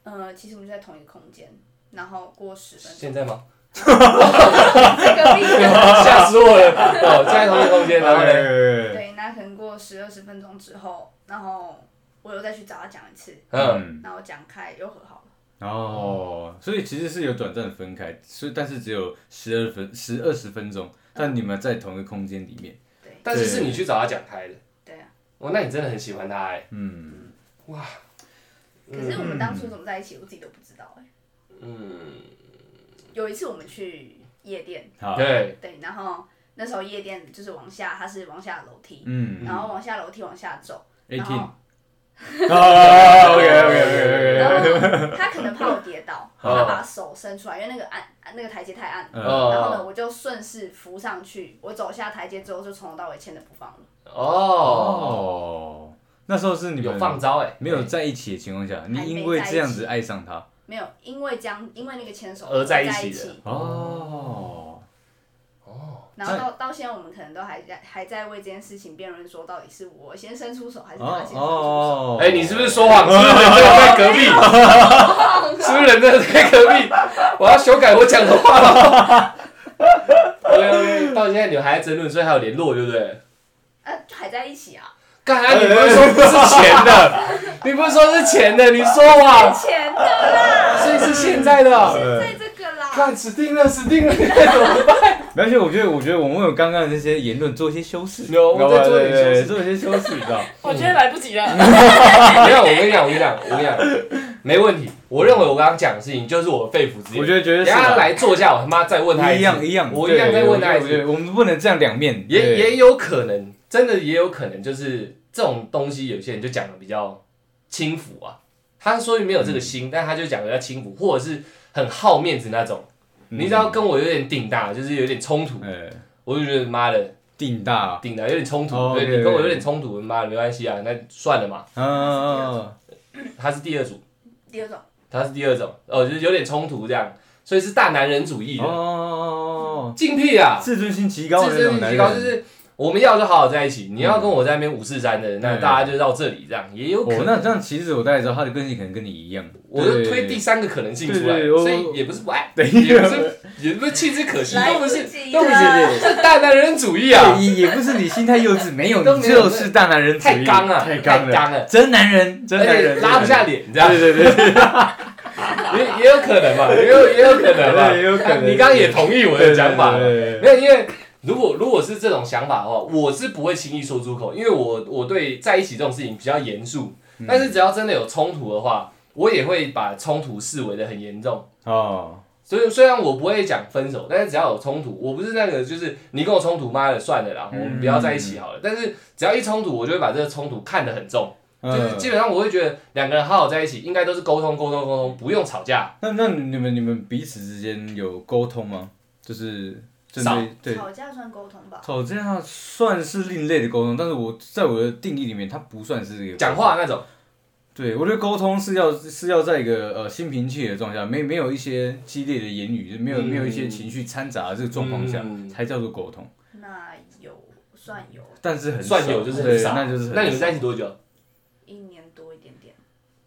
Speaker 4: 呃，其实我们就在同一个空间，然后过十分钟，
Speaker 1: 现在 吗？
Speaker 4: 在隔壁。
Speaker 1: 吓死我了！哦，现在同一个空间，然后呢？
Speaker 2: 对，
Speaker 4: 对，那可能过十二十分钟之后，然后我又再去找他讲一次，
Speaker 1: 嗯，
Speaker 4: 然后讲开又和好了。
Speaker 2: 哦，所以其实是有短暂的分开，所以但是只有十二分十二十分钟，但你们在同一个空间里面，
Speaker 1: 但是是你去找他讲开的。
Speaker 4: 对啊，
Speaker 1: 哦，那你真的很喜欢他哎。
Speaker 2: 嗯，
Speaker 4: 可是我们当初怎么在一起，我自己都不知道哎、
Speaker 1: 嗯，
Speaker 4: 有一次我们去夜店，
Speaker 2: 好，
Speaker 1: 对，
Speaker 4: 对，然后那时候夜店就是往下，它是往下楼梯，
Speaker 2: 嗯
Speaker 4: 然后往下楼梯往下走，然
Speaker 2: ，eighteen，
Speaker 4: 后
Speaker 2: 啊，OK OK OK OK，
Speaker 4: 然后他可能怕我跌 倒，
Speaker 1: 哦
Speaker 4: 他把手伸出来，因为那个暗那个台阶太暗了。
Speaker 2: 嗯，
Speaker 4: 然后呢，
Speaker 1: 哦
Speaker 4: 我就顺势扶上去，我走下台阶之后，就从头到尾牵着不放了。
Speaker 1: 哦，
Speaker 2: 哦，那时候是你
Speaker 1: 有
Speaker 2: 们
Speaker 1: 放招哎，
Speaker 2: 没有在一起的情况下，你因为这样子爱上他，
Speaker 4: 没有，因为这样，因为那个牵手
Speaker 1: 而在
Speaker 4: 在
Speaker 1: 一起
Speaker 4: 一
Speaker 1: 的
Speaker 4: 起，
Speaker 2: 哦，
Speaker 4: 然后到到到现在，我们可能都还在还在为这件事情辩论，说到底是我先伸出手还是他
Speaker 2: 哦
Speaker 4: 先伸出手。
Speaker 2: 哦，
Speaker 1: 哎、你是不是说谎？是不是人真的在隔壁？是不是人真的在隔壁？我要修改我讲的话了。OK，到现在你们还在争论，所以还有联络，对不对？
Speaker 4: 啊，还在一起啊？
Speaker 1: 刚才你不是说不是钱的，你不是说是钱的，你说
Speaker 4: 以
Speaker 1: 谎，
Speaker 4: 前的啦，
Speaker 1: 所以是现在的。
Speaker 4: 现在这个啦，
Speaker 5: 看死定了，死定了！
Speaker 2: 没关系，我觉得我觉得我们有刚刚的这些言论做一些修饰，
Speaker 5: 有我们在做
Speaker 2: 对
Speaker 5: 点
Speaker 2: 对对
Speaker 5: 修饰
Speaker 2: 做一些修饰，你知道？
Speaker 3: 我觉得来不及了。
Speaker 1: 没有，我跟你讲，我跟你讲，我跟你讲，没问题。我认为我刚刚讲的事情就是我的肺腑之言。
Speaker 2: 我觉得绝对
Speaker 1: 等
Speaker 2: 是
Speaker 1: 下他
Speaker 2: 啊
Speaker 1: 来坐下，我他妈再 问他
Speaker 2: 一
Speaker 1: 次
Speaker 2: 样一样，
Speaker 1: 我一
Speaker 2: 对
Speaker 1: 样再问他一
Speaker 2: 我
Speaker 1: 次
Speaker 2: 觉。得我们不能这样两面，
Speaker 1: 也
Speaker 2: 对
Speaker 1: 也有可能，真的也有可能，就是这种东西，有些人就讲的比较轻浮啊。他说明没有这个
Speaker 2: 嗯
Speaker 1: 心，但他就讲的比较轻浮，或者是很好面子那种。
Speaker 2: 嗯
Speaker 1: 你知道，跟我有点顶大，就是有点冲突，
Speaker 2: 呃，
Speaker 1: 我就觉得妈的
Speaker 2: 定大，
Speaker 1: 顶大有点冲突，
Speaker 2: 哦
Speaker 1: 对
Speaker 2: OK，OK
Speaker 1: 你跟我有点冲突，妈的没关系啊，那算了嘛。
Speaker 2: 嗯，
Speaker 1: 他是第二组，
Speaker 4: 第二种
Speaker 1: 他是第二种，哦，就是有点冲突这样，所以是大男人主义的，
Speaker 2: 哦，
Speaker 1: 禁屁啊！
Speaker 2: 自尊心极高的那
Speaker 1: 自
Speaker 2: 种
Speaker 1: 尊
Speaker 2: 男
Speaker 1: 极
Speaker 2: 人，
Speaker 1: 高，就是我们要就好好在一起。你要跟我在那边五四三的，那
Speaker 2: 嗯
Speaker 1: 大家就到这里这样，也有可
Speaker 2: 哦，那
Speaker 1: 能。
Speaker 2: 这样其实我大概知道他的个性可能跟你一样，
Speaker 1: 我就推第三个可能性出来，
Speaker 2: 对对对我
Speaker 1: 所以也不是不爱，
Speaker 2: 对
Speaker 1: 也不是也不是弃之可惜，
Speaker 4: 来
Speaker 1: 都不是
Speaker 4: 不及
Speaker 1: 都不
Speaker 4: 了
Speaker 1: 是这大男人主义啊，
Speaker 2: 也也不是你心态幼稚，没有，
Speaker 1: 都
Speaker 2: 你
Speaker 1: 没有
Speaker 2: 就是大男人主义，
Speaker 1: 太刚了，太
Speaker 2: 太刚了，
Speaker 1: 了，
Speaker 2: 真男人，真
Speaker 1: 而
Speaker 2: 男
Speaker 1: 且
Speaker 2: 人，
Speaker 1: 拉不下
Speaker 2: 脸，
Speaker 1: 脸，你知道吗
Speaker 2: 对对对，
Speaker 1: 也也有可能嘛，也有也有可能嘛，
Speaker 2: 对也有可能
Speaker 1: 你刚刚也同意我的讲法嘛，
Speaker 2: 对对对对
Speaker 1: 没有，因为如果如果是这种想法的话，我是不会轻易说出口，因为我我对在一起这种事情比较严肃，
Speaker 2: 嗯
Speaker 1: 但是只要真的有冲突的话，我也会把冲突视为的很严重。
Speaker 2: 哦，
Speaker 1: 所以虽然我不会讲分手，但是只要有冲突，我不是那个就是你跟我冲突，妈的算了
Speaker 2: 嗯
Speaker 1: 啦，我们不要在一起好了。但是只要一冲突，我就会把这个冲突看得很重，就是基
Speaker 2: 嗯
Speaker 1: 本上我会觉得两个人好好在一起，应该都是沟通沟通沟通，不用吵架。
Speaker 2: 那那你们你们彼此之间有沟通吗？就是针
Speaker 1: 少
Speaker 2: 对对
Speaker 4: 吵架算沟通吧？
Speaker 2: 吵架算是另类的沟通，但是我在我的定义里面，它不算是一个
Speaker 1: 讲。话那种，
Speaker 2: 对，我觉得沟通是要是要在一个呃心平气和的状态下，没没有一些激烈的言语，没有、
Speaker 1: 嗯
Speaker 2: 没有一些情绪掺杂的这个状况下，
Speaker 1: 嗯
Speaker 2: 才叫做沟通。
Speaker 4: 那有算有
Speaker 2: 但是很
Speaker 1: 算
Speaker 2: 少
Speaker 1: 有就是很
Speaker 2: 对
Speaker 1: 少。
Speaker 2: 那就是很
Speaker 1: 那你们
Speaker 2: 少
Speaker 1: 在一起多久？
Speaker 4: 一年多一点点，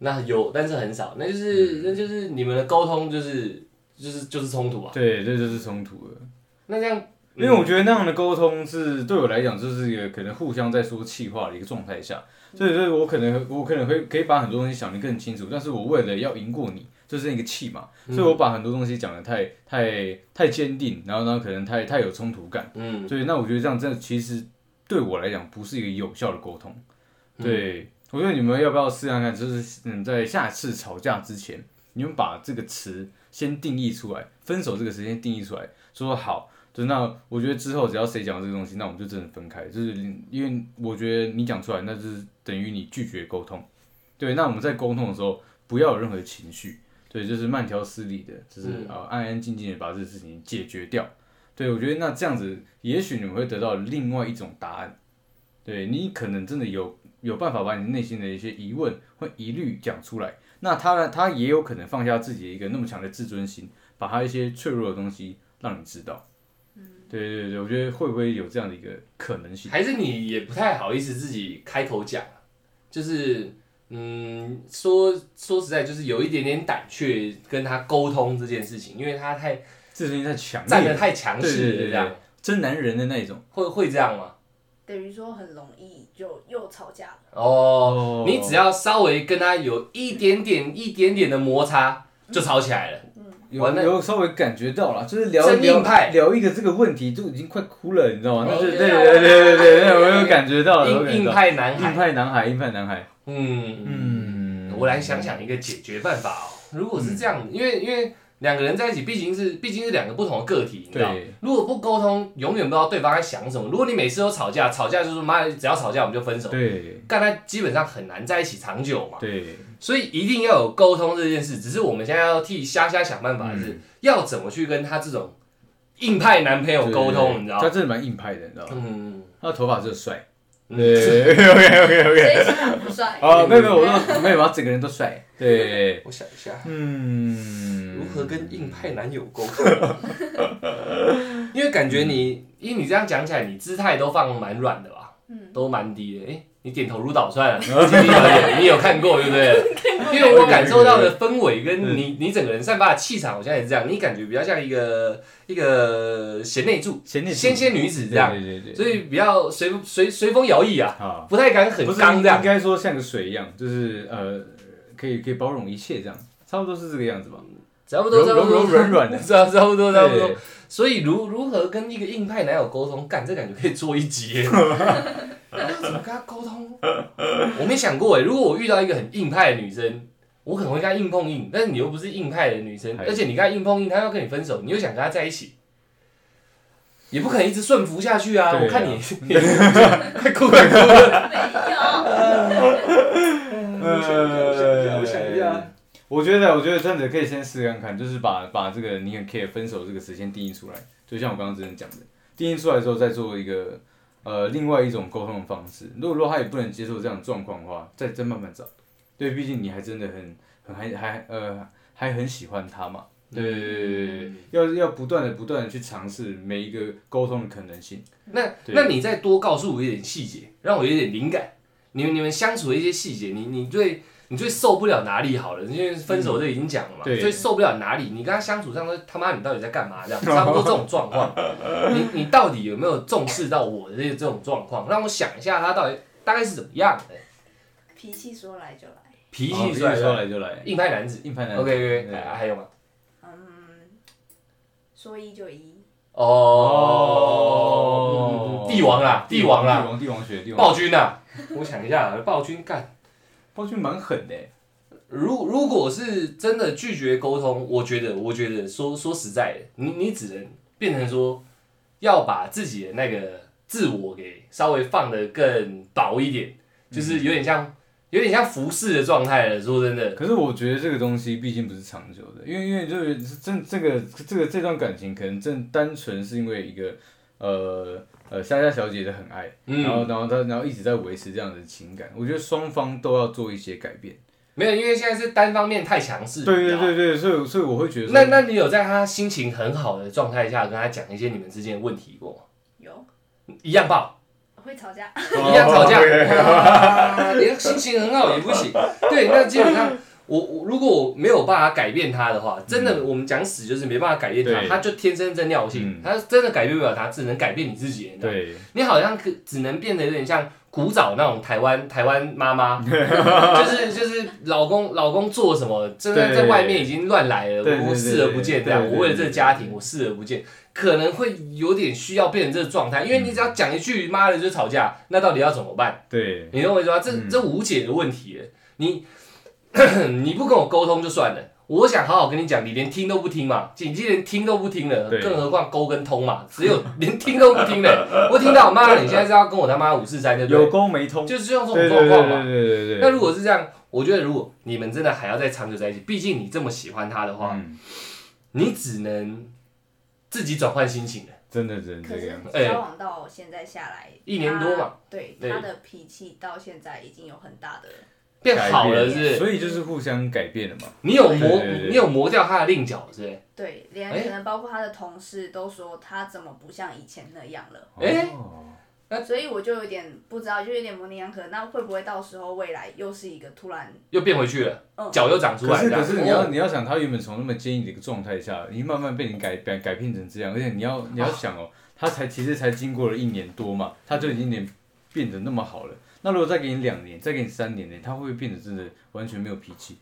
Speaker 1: 那有，但是很少，那就是那就是你们的沟通就是就是就是冲突啊。
Speaker 2: 对，这就是冲突了。
Speaker 1: 那这样，
Speaker 2: 因为我觉得那样的沟通是对我来讲，就是一个可能互相在说气话的一个状态下，所以所以我可能我可能会可以把很多东西想得更清楚，但是我为了要赢过你，就是那个气嘛，所以我把很多东西讲得太太太坚定，然后呢可能太太有冲突感，
Speaker 1: 嗯，
Speaker 2: 所以那我觉得这样真的其实对我来讲不是一个有效的沟通，对我觉得你们要不要试看看，就是嗯在下次吵架之前，你们把这个词先定义出来，分手这个词先定义出来，说好。就那我觉得之后只要谁讲这个东西，那我们就真的分开，就是因为我觉得你讲出来，那就是等于你拒绝沟通。对，那我们在沟通的时候不要有任何情绪，对，就是慢条斯理的，就是
Speaker 1: 嗯
Speaker 2: 呃安安静静的把这个事情解决掉。对，我觉得那这样子，也许你们会得到另外一种答案。对你可能真的有有办法把你内心的一些疑问或疑虑讲出来，那他呢，他也有可能放下自己的一个那么强的自尊心，把他一些脆弱的东西让你知道。
Speaker 1: 嗯
Speaker 2: 对对对，我觉得会不会有这样的一个可能性？
Speaker 1: 还是你也不太好意思自己开口讲啊，就是嗯，说说实在，就是有一点点胆怯跟他沟通这件事情，因为他太
Speaker 2: 自尊心太强
Speaker 1: 站得
Speaker 2: 烈，
Speaker 1: 太强势
Speaker 2: 对对
Speaker 1: 了，
Speaker 2: 对
Speaker 1: 这样
Speaker 2: 真男人的那一种。
Speaker 1: 会会这样吗？
Speaker 4: 等于说很容易就又吵架了。
Speaker 1: 哦，
Speaker 2: 哦
Speaker 1: 你只要稍微跟他有一点点、一点点的摩擦，就吵起来了。
Speaker 2: 有
Speaker 1: 完了
Speaker 2: 有稍微感觉到了，就是聊
Speaker 1: 真
Speaker 2: 聊
Speaker 1: 硬派
Speaker 2: 聊一个这个问题就已经快哭了，你知道吗？那
Speaker 1: 哦
Speaker 2: 就
Speaker 1: 有
Speaker 2: 对对对对对对，我有感觉到了，哦我有
Speaker 1: 硬硬
Speaker 2: 感觉到
Speaker 1: 派男
Speaker 2: 硬
Speaker 1: 孩，
Speaker 2: 派男孩，硬派男孩，
Speaker 1: 嗯嗯。
Speaker 2: 嗯
Speaker 1: 我来想想一个解决办法哦。如果是这样，因为因为两个人在一起，毕竟是毕竟是两个不同的个体，你知道
Speaker 2: 对，
Speaker 1: 如果不沟通，永远不知道对方在想什么。如果你每次都吵架，吵架就是妈的，只要吵架我们就分手，
Speaker 2: 对
Speaker 1: 干他基本上很难在一起长久嘛。
Speaker 2: 对，
Speaker 1: 所以一定要有沟通这件事。只是我们现在要替虾虾想办法的是，
Speaker 2: 嗯
Speaker 1: 要怎么去跟他这种硬派男朋友沟
Speaker 2: 对对
Speaker 1: 通，
Speaker 2: 对
Speaker 1: 你知道
Speaker 2: 他
Speaker 1: 吗？
Speaker 2: 真的蛮硬派的，你知道吗？
Speaker 1: 嗯，
Speaker 2: 他的头发就是 帅，
Speaker 1: 嗯
Speaker 2: 对，OK OK
Speaker 4: 所
Speaker 2: OK，
Speaker 4: 以是他不帅。
Speaker 2: 啊，没有没有，我 说没有，他整个人都帅，对，
Speaker 1: 我想一下。
Speaker 2: 嗯，
Speaker 1: 如何跟硬派男友沟通？因为感觉你，因为你这样讲起来，你姿态都放蛮软的吧，
Speaker 4: 嗯，
Speaker 1: 都蛮低的。哎、你点头如捣蒜啊，其实有你有看过对不对？因为我感受到的氛围跟你你整个人散发的气场，好像也是这样。你感觉比较像一个一个贤内助、
Speaker 2: 贤内助
Speaker 1: 仙仙女子这样，
Speaker 2: 对对对对，
Speaker 1: 所以比较随随随风摇曳啊，
Speaker 2: 好，
Speaker 1: 不太敢很
Speaker 2: 不是
Speaker 1: 刚
Speaker 2: 应
Speaker 1: 这样。
Speaker 2: 该说像个水一样，就是呃，可以可以包容一切这样，差不多是这个样子吧。
Speaker 1: 差不多，
Speaker 2: 柔
Speaker 1: 差不多，
Speaker 2: 柔柔软软的
Speaker 1: 差差不多，差不多
Speaker 2: 对。
Speaker 1: 所以如如何跟一个硬派男友沟通，干这感觉可以做一集耶。我要怎么跟他沟通？我没想过哎，如果我遇到一个很硬派的女生，我可能会跟她硬碰硬，但是你又不是硬派的女生，
Speaker 2: 哎
Speaker 1: 而且你跟她硬碰硬，她要跟你分手，你又想跟她在一起。也不可能一直顺服下去啊！
Speaker 2: 对啊
Speaker 1: 我看你，你快哭快哭！
Speaker 4: 没
Speaker 2: 呃，
Speaker 1: 我想一下。
Speaker 2: 我觉得，我觉得这样子可以先试看看，就是把把这个你很 care 分手这个词先定义出来，就像我刚刚之前讲的，定义出来之后再做一个呃另外一种沟通的方式。如果说他也不能接受这样的状况的话，再再慢慢找。对，毕竟你还真的很很还还呃还很喜欢他嘛。对对对对对对，要要不断的不断的去尝试每一个沟通的可能性。
Speaker 1: 那
Speaker 2: 对
Speaker 1: 那你再多告诉我一点细节，让我有点灵感。你们你们相处的一些细节，你你最你最受不了哪里好了？因为分手就已经讲了嘛，
Speaker 2: 嗯对
Speaker 1: 最受不了哪里？你跟他相处上都他妈你到底在干 嘛？这样差不多这种状况，你你到底有没有重视到我的这这种状况？让我想一下他到底大概是怎么样的
Speaker 4: 有，脾气说来就来，
Speaker 1: 脾
Speaker 2: 哦
Speaker 1: 气
Speaker 2: 脾气
Speaker 1: 帅
Speaker 2: 说
Speaker 1: 帅，
Speaker 2: 来就来，
Speaker 1: 硬派男子。
Speaker 2: 硬派男
Speaker 1: OK
Speaker 2: 对啊
Speaker 1: OK，还有吗？
Speaker 4: 嗯，说一就一，
Speaker 1: 哦，嗯嗯嗯帝王啦，帝王
Speaker 2: 帝
Speaker 1: 啦，
Speaker 2: 王帝王学帝王，
Speaker 1: 暴君啦。我想一下，暴君干。
Speaker 2: 暴君蛮狠的欸。
Speaker 1: 如如果是真的拒绝沟通，我觉得，我觉得说说实在的，你你只能变成说，要把自己的那个自我给稍微放得更薄一点，就是有点像有点像服侍的状态了。说真的，
Speaker 2: 可是我觉得这个东西毕竟不是长久的，因为因为就是这这个这个这段感情可能正单纯是因为一个呃呃夏夏小姐的很爱，然后
Speaker 1: 嗯，
Speaker 2: 然后她然后一直在维持这样的情感，我觉得双方都要做一些改变。
Speaker 1: 没有，因为现在是单方面太强势。
Speaker 2: 对
Speaker 1: 你知
Speaker 2: 对
Speaker 1: 道吗
Speaker 2: 对对，所以所以我会觉得说
Speaker 1: 啊那那你有在他心情很好的状态下跟他讲一些你们之间的问题过吗？
Speaker 4: 有
Speaker 1: 一样爆。
Speaker 4: 会吵架，
Speaker 1: 一样吵架，哇
Speaker 2: 哦
Speaker 1: 连心情很好也不行。对，那基本上我我如果我没有办法改变他的话，真的我们讲死就是没办法改变他，
Speaker 2: 嗯对
Speaker 1: 他就天生真尿性
Speaker 2: 嗯，
Speaker 1: 他真的改变不了他，只能改变你自己。你知道吗，
Speaker 2: 对
Speaker 1: 你好像可只能变得有点像古早那种台湾台湾妈 妈，就是就是老公老公做什么，真的
Speaker 2: 对
Speaker 1: 在外面已经乱来了，
Speaker 2: 对对
Speaker 1: 我
Speaker 2: 对
Speaker 1: 视而不见这样，
Speaker 2: 对对对
Speaker 1: 我为了这个家庭我视而不见。可能会有点需要变成这个状态，因为
Speaker 2: 嗯
Speaker 1: 你只要讲一句“妈的”就吵架，那到底要怎么办？
Speaker 2: 对
Speaker 1: 你认为说这
Speaker 2: 嗯
Speaker 1: 这无解的问题了，你 你不跟我沟通就算了，我想好好跟你讲，你连听都不听嘛，你既连听都不听了，
Speaker 2: 对
Speaker 1: 更何况沟跟通嘛，只有 连听都不听了，我听到妈的，你现在是要跟我他妈五四三对不
Speaker 2: 有
Speaker 1: 对？
Speaker 2: 沟没通，
Speaker 1: 就是用这种
Speaker 2: 对对
Speaker 1: 状
Speaker 2: 对
Speaker 1: 况
Speaker 2: 对
Speaker 1: 嘛。
Speaker 2: 对对对。
Speaker 1: 那如果是这样，我觉得如果你们真的还要再长久在一起，毕竟你这么喜欢他的话，
Speaker 2: 嗯，
Speaker 1: 你只能自己转换心情了。
Speaker 2: 真的只能
Speaker 4: 可
Speaker 2: 这个
Speaker 4: 是
Speaker 2: 样子。
Speaker 4: 交往到现在下来
Speaker 1: 一年多嘛，
Speaker 4: 他对
Speaker 1: 对
Speaker 4: 他的脾气到现在已经有很大的，
Speaker 1: 变好了
Speaker 2: 改
Speaker 1: 是不是？
Speaker 2: 变所以就是互相改变了嘛。
Speaker 1: 你有磨
Speaker 2: 对对对，对
Speaker 1: 你有磨掉他的另角是不是？
Speaker 4: 对，
Speaker 1: 哎
Speaker 4: 连可能包括他的同事都说他怎么不像以前那样了。
Speaker 1: 哎
Speaker 2: 哦
Speaker 4: 所以我就有点不知道，就有点模棱两可。那会不会到时候未来又是一个突然？
Speaker 1: 又变回去了
Speaker 4: 嗯，
Speaker 1: 脚又长出
Speaker 2: 可
Speaker 1: 来
Speaker 2: 是
Speaker 1: 了。
Speaker 2: 可是你要
Speaker 1: 哦
Speaker 2: 你要想，他原本从那么坚毅的一个状态下，已经慢慢被你改改改变成这样，而且你要你要想哦，他才其实才经过了一年多嘛，他就已经连变得那么好了。那如果再给你两年，再给你三年呢，他会不会变得真的完全没有脾气？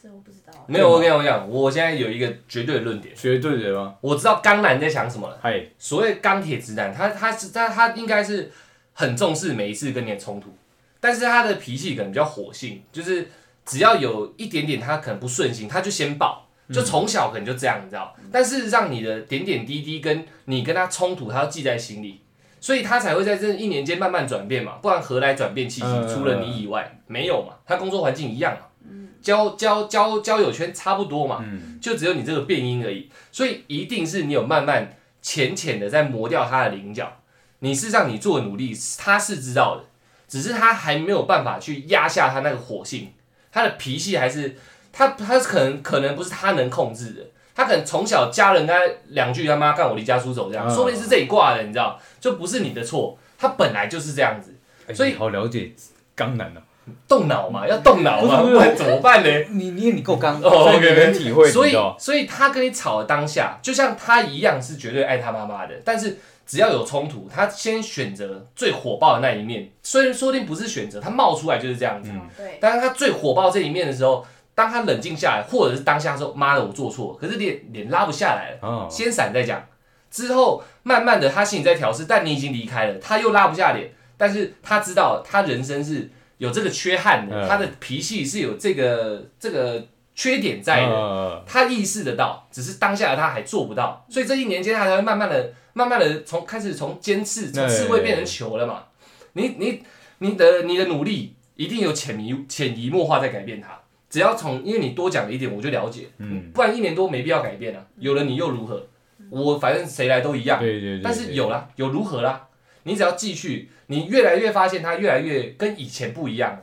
Speaker 4: 这我不知道啊。
Speaker 1: 没有，我跟你讲我跟你讲，我现在有一个绝对的论点，
Speaker 2: 绝对的吗？
Speaker 1: 我知道钢男在想什么了。
Speaker 2: 嗨，
Speaker 1: 所谓钢铁直男，他他是他他应该是很重视每一次跟你的冲突，但是他的脾气可能比较火性，就是只要有一点点他可能不顺心，他就先爆。就从小可能就这样，你知道？但事实上，你的点点滴滴跟你跟他冲突，他要记在心里，所以他才会在这一年间慢慢转变嘛，不然何来转变契机？
Speaker 2: 嗯
Speaker 1: 除了你以外，没有嘛？他工作环境一样嘛，交交交交友圈差不多嘛，
Speaker 2: 嗯，
Speaker 1: 就只有你这个变音而已。所以一定是你有慢慢浅浅的在磨掉他的棱角。你事实上你做的努力，他是知道的，只是他还没有办法去压下他那个火性，他的脾气还是他他可能可能不是他能控制的。他可能从小家人他两句他妈干我离家出走这样，
Speaker 2: 嗯
Speaker 1: 说不定是这一挂的，你知道，就不是你的错，他本来就是这样子，
Speaker 2: 哎
Speaker 1: 所以
Speaker 2: 你好了解刚男哦。
Speaker 1: 动脑嘛，要动脑嘛， 不
Speaker 2: 不是不是
Speaker 1: 然怎么办呢？
Speaker 2: 你你你够刚，
Speaker 1: 哦
Speaker 2: 所以
Speaker 1: OK，OK
Speaker 2: 你能体会，
Speaker 1: 所
Speaker 2: 你
Speaker 1: 以
Speaker 2: 知道
Speaker 1: 所以他跟你吵的当下，就像他一样是绝对爱他妈妈的，但是只要有冲突，他先选择最火爆的那一面，虽然说不定不是选择，他冒出来就是这样子，
Speaker 4: 嗯，对，
Speaker 1: 但是他最火爆这一面的时候，当他冷静下来，或者是当下说妈的我做错了，可是脸脸拉不下来了，
Speaker 2: 啊，
Speaker 1: 先闪再讲，之后慢慢的他心里在调试，但你已经离开了，他又拉不下脸，但是他知道他人生是有这个缺憾的，
Speaker 2: 嗯
Speaker 1: 他的脾气是有这个这个缺点在的。
Speaker 2: 的
Speaker 1: 他意识得到，只是当下的他还做不到，所以这一年间他才会慢慢的、慢慢的从开始从尖刺从刺猬变成球了嘛。你你你的你的努力一定有潜移潜移默化在改变他，只要从因为你多讲了一点，我就了解，
Speaker 2: 嗯，
Speaker 1: 不然一年多没必要改变啊。有了你又如何？我反正谁来都一样，
Speaker 2: 对对对，
Speaker 1: 但是有啦，有如何啦？你只要继续，你越来越发现他越来越跟以前不一样了。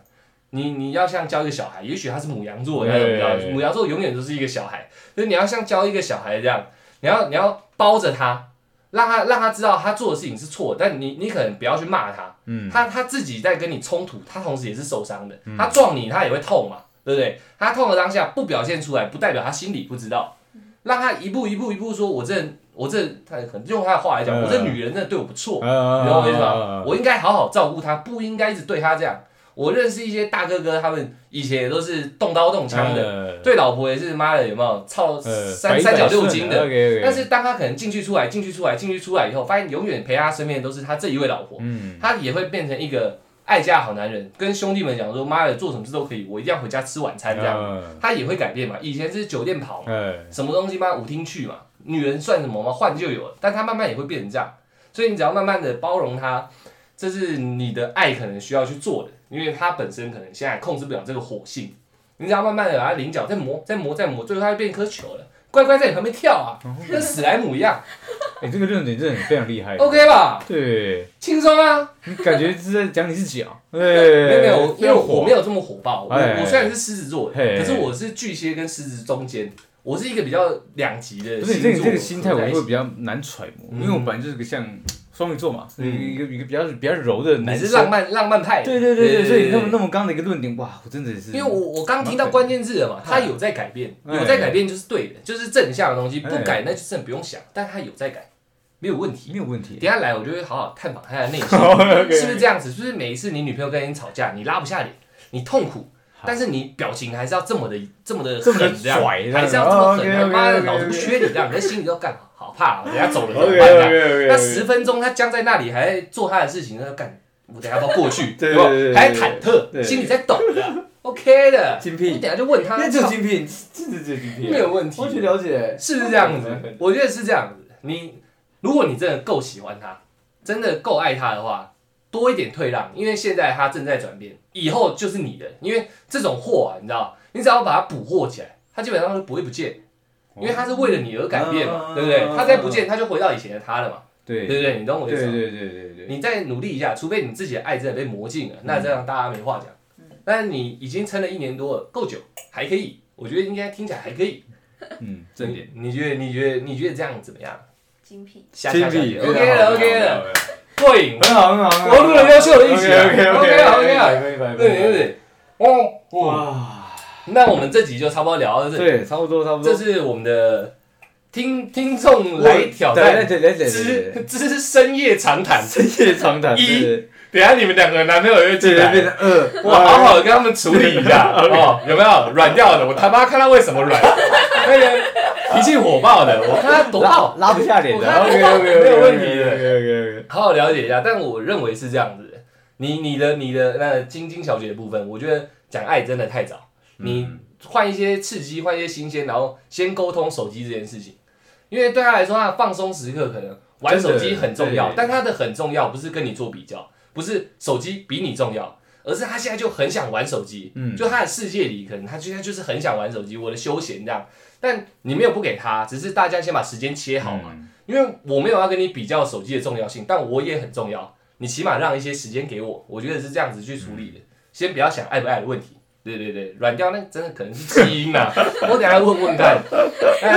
Speaker 1: 你你要像教一个小孩，也许他是母羊座，那种你知道
Speaker 2: 对，
Speaker 1: 母羊座永远都是一个小孩，就是你要像教一个小孩这样，你要你要包着他，让他让他知道他做的事情是错，但你你可能不要去骂他，
Speaker 2: 嗯
Speaker 1: 他他自己在跟你冲突，他同时也是受伤的，他撞你他也会痛嘛，对不对？他痛的当下不表现出来，不代表他心里不知道，让他一步一步一步说，我这我这他可能用他的话来讲，
Speaker 2: 嗯
Speaker 1: 我这女人真的对我不错，你
Speaker 2: 啊，你
Speaker 1: 懂我意思吗？我应该好好照顾她，不应该一直对她这样。我认识一些大哥哥，他们以前也都是动刀动枪的，
Speaker 2: 的，
Speaker 1: 对老婆也是妈的有没有操
Speaker 2: 嗯
Speaker 1: 三三角六斤的。
Speaker 2: ，OK OK，
Speaker 1: 但是当他可能进去出来、进去出来、进去出来以后，发现永远陪他身边的都是他这一位老婆，
Speaker 2: 嗯，
Speaker 1: 他也会变成一个爱家的好男人，跟兄弟们讲说：“妈的，做什么事都可以，我一定要回家吃晚餐。”这样，
Speaker 2: 样，
Speaker 1: 他也会改变嘛。以前是酒店跑嘛，
Speaker 2: 嗯哎，
Speaker 1: 什么东西嘛，舞厅去嘛，女人算什么嘛，换就有了。但她慢慢也会变成这样，所以你只要慢慢的包容她，这是你的爱可能需要去做的，因为她本身可能现在控制不了这个火性，你只要慢慢的把她菱角再磨，再磨，再磨，最后她就变一颗球了，乖乖在你旁边跳啊，跟史莱姆一样
Speaker 2: 你哎这个论点真的非常厉害
Speaker 1: ，OK 吧，
Speaker 2: 对
Speaker 1: 轻松啊。
Speaker 2: 你感觉是在讲你自己啊，对，
Speaker 1: 没有没有，因为我没
Speaker 2: 有，
Speaker 1: 有这么火爆，我
Speaker 2: 哎
Speaker 1: 我虽然是狮子座的，
Speaker 2: 嘿
Speaker 1: 可是我是巨蟹跟狮子中间，我是一个比较两极的
Speaker 2: 不
Speaker 1: 星
Speaker 2: 是
Speaker 1: 座
Speaker 2: 你这个这
Speaker 1: 合
Speaker 2: 个心态，我
Speaker 1: 在一起
Speaker 2: 会比较难揣摩，
Speaker 1: 嗯
Speaker 2: 因为我本来就是个像双鱼座嘛，一个一个比较比较柔的
Speaker 1: 你
Speaker 2: 男
Speaker 1: 是嗯浪
Speaker 2: 生，
Speaker 1: 漫浪漫派的，
Speaker 2: 对对对对，所以那么那么刚的一个论点，哇，我真的是，
Speaker 1: 因为我我刚听到关键字了嘛，他有在改变，
Speaker 2: 哎
Speaker 1: 有在改变就是对的，就是正向的东西，
Speaker 2: 哎
Speaker 1: 不改那就真的不用想，但他有在改，没有问题。
Speaker 2: 没有问题
Speaker 1: 等一，下来我就会好好探访他的内心，
Speaker 2: 哦
Speaker 1: 是不是这样子？就是每一次你女朋友跟你吵架，你拉不下脸，你痛苦，
Speaker 2: 好
Speaker 1: 但是你表情还是要这么的这么的
Speaker 2: 这么的
Speaker 1: 狠这样，
Speaker 2: 拽这样
Speaker 1: 还是要这么狠，
Speaker 2: 哦
Speaker 1: 他
Speaker 2: ，OK，OK，OK，OK
Speaker 1: 妈的脑子不缺你这样，你在心里都干好怕哦，人家走了怎么
Speaker 2: OK
Speaker 1: 办这样？
Speaker 2: OK
Speaker 1: 那十分钟他僵在那里，还在做他的事情，那就干，我等下要不要过去？
Speaker 2: 对
Speaker 1: 有没有
Speaker 2: 对对对
Speaker 1: 还在忐忑，
Speaker 2: 对
Speaker 1: 心里在抖的，OK 的。
Speaker 2: 精辟
Speaker 1: 你等下就问他，
Speaker 2: 那就是
Speaker 1: 操
Speaker 2: 精品，这这这精品，啊
Speaker 1: 没有问题
Speaker 2: 我去了解，
Speaker 1: 是不是这样子？我觉得是这样子。你如果你真的够喜欢他，真的够爱他的话，多一点退让，因为现在他正在转变，以后就是你的。因为这种货啊，你知道，你只要把它捕获起来，它基本上就不会不见，因为它是为了你而改变嘛，
Speaker 2: 哦
Speaker 1: 对不对？它再不见，它就回到以前的他了嘛，
Speaker 2: 对
Speaker 1: 对不对？你懂我意
Speaker 2: 对
Speaker 1: 思吗？
Speaker 2: 对对对对，嗯
Speaker 1: 你再努力一下，除非你自己的爱真的被磨尽了，那这样大家没话讲。但是你已经撑了一年多了，够久，还可以，我觉得应该听起来还可以。
Speaker 2: 嗯，
Speaker 1: 这一点，你觉得？你觉得？你觉得这样怎么样？
Speaker 4: 精品，
Speaker 1: 下下下
Speaker 2: 精辟
Speaker 1: ，OK 了，OK 了，，过瘾，
Speaker 2: 很好很好很好，
Speaker 1: 我录了优秀的一集啊
Speaker 2: OK OK
Speaker 1: OK 了，OK 了对对
Speaker 2: 对对，
Speaker 1: 对，哦哦，
Speaker 2: 哇，
Speaker 1: 那我们这集就差不多聊到这里，
Speaker 2: 对，差不多差不
Speaker 1: 这
Speaker 2: 多，
Speaker 1: 是我们的听听众来挑
Speaker 2: 对
Speaker 1: 战。
Speaker 2: 对对对对
Speaker 1: 之
Speaker 2: 对，
Speaker 1: 之深夜长谈，
Speaker 2: 深夜长谈，
Speaker 1: 一
Speaker 2: 对对
Speaker 1: 等一下你们两个男朋友又
Speaker 2: 对
Speaker 1: 进
Speaker 2: 对
Speaker 1: 来了
Speaker 2: 变成二，
Speaker 1: 我好好的跟他们处理一 下哦，有没有软掉的？我他妈看他为什么软，那个脾气火爆的，我看他多爆，
Speaker 2: 拉拉不下脸
Speaker 1: 我
Speaker 2: 的
Speaker 1: 看他
Speaker 2: ，OK
Speaker 1: 多爆
Speaker 2: OK
Speaker 1: 没有问题的。
Speaker 2: OK OK，
Speaker 1: 好好了解一下，但我认为是这样子的。你你的你的那晶晶小姐的部分，我觉得讲爱真的太早，你
Speaker 2: 嗯
Speaker 1: 换一些刺激，换一些新鲜，然后先沟通手机这件事情，因为对他来说，他的放松时刻可能玩手机很重要
Speaker 2: 真的对，
Speaker 1: 但他的很重要不是跟你做比较，不是手机比你重要，而是他现在就很想玩手机，
Speaker 2: 嗯
Speaker 1: 就他的世界里，可能他现在就是很想玩手机，我的休闲这样，但你没有不给他，只是大家先把时间切好嘛。因为我没有要跟你比较手机的重要性，但我也很嗯重要。你起码让一些时间给我，我觉得是这样子去处理的。先不要想爱不爱的问题，对对对，软掉那真的可能是基因呐、 我等一下问问看。那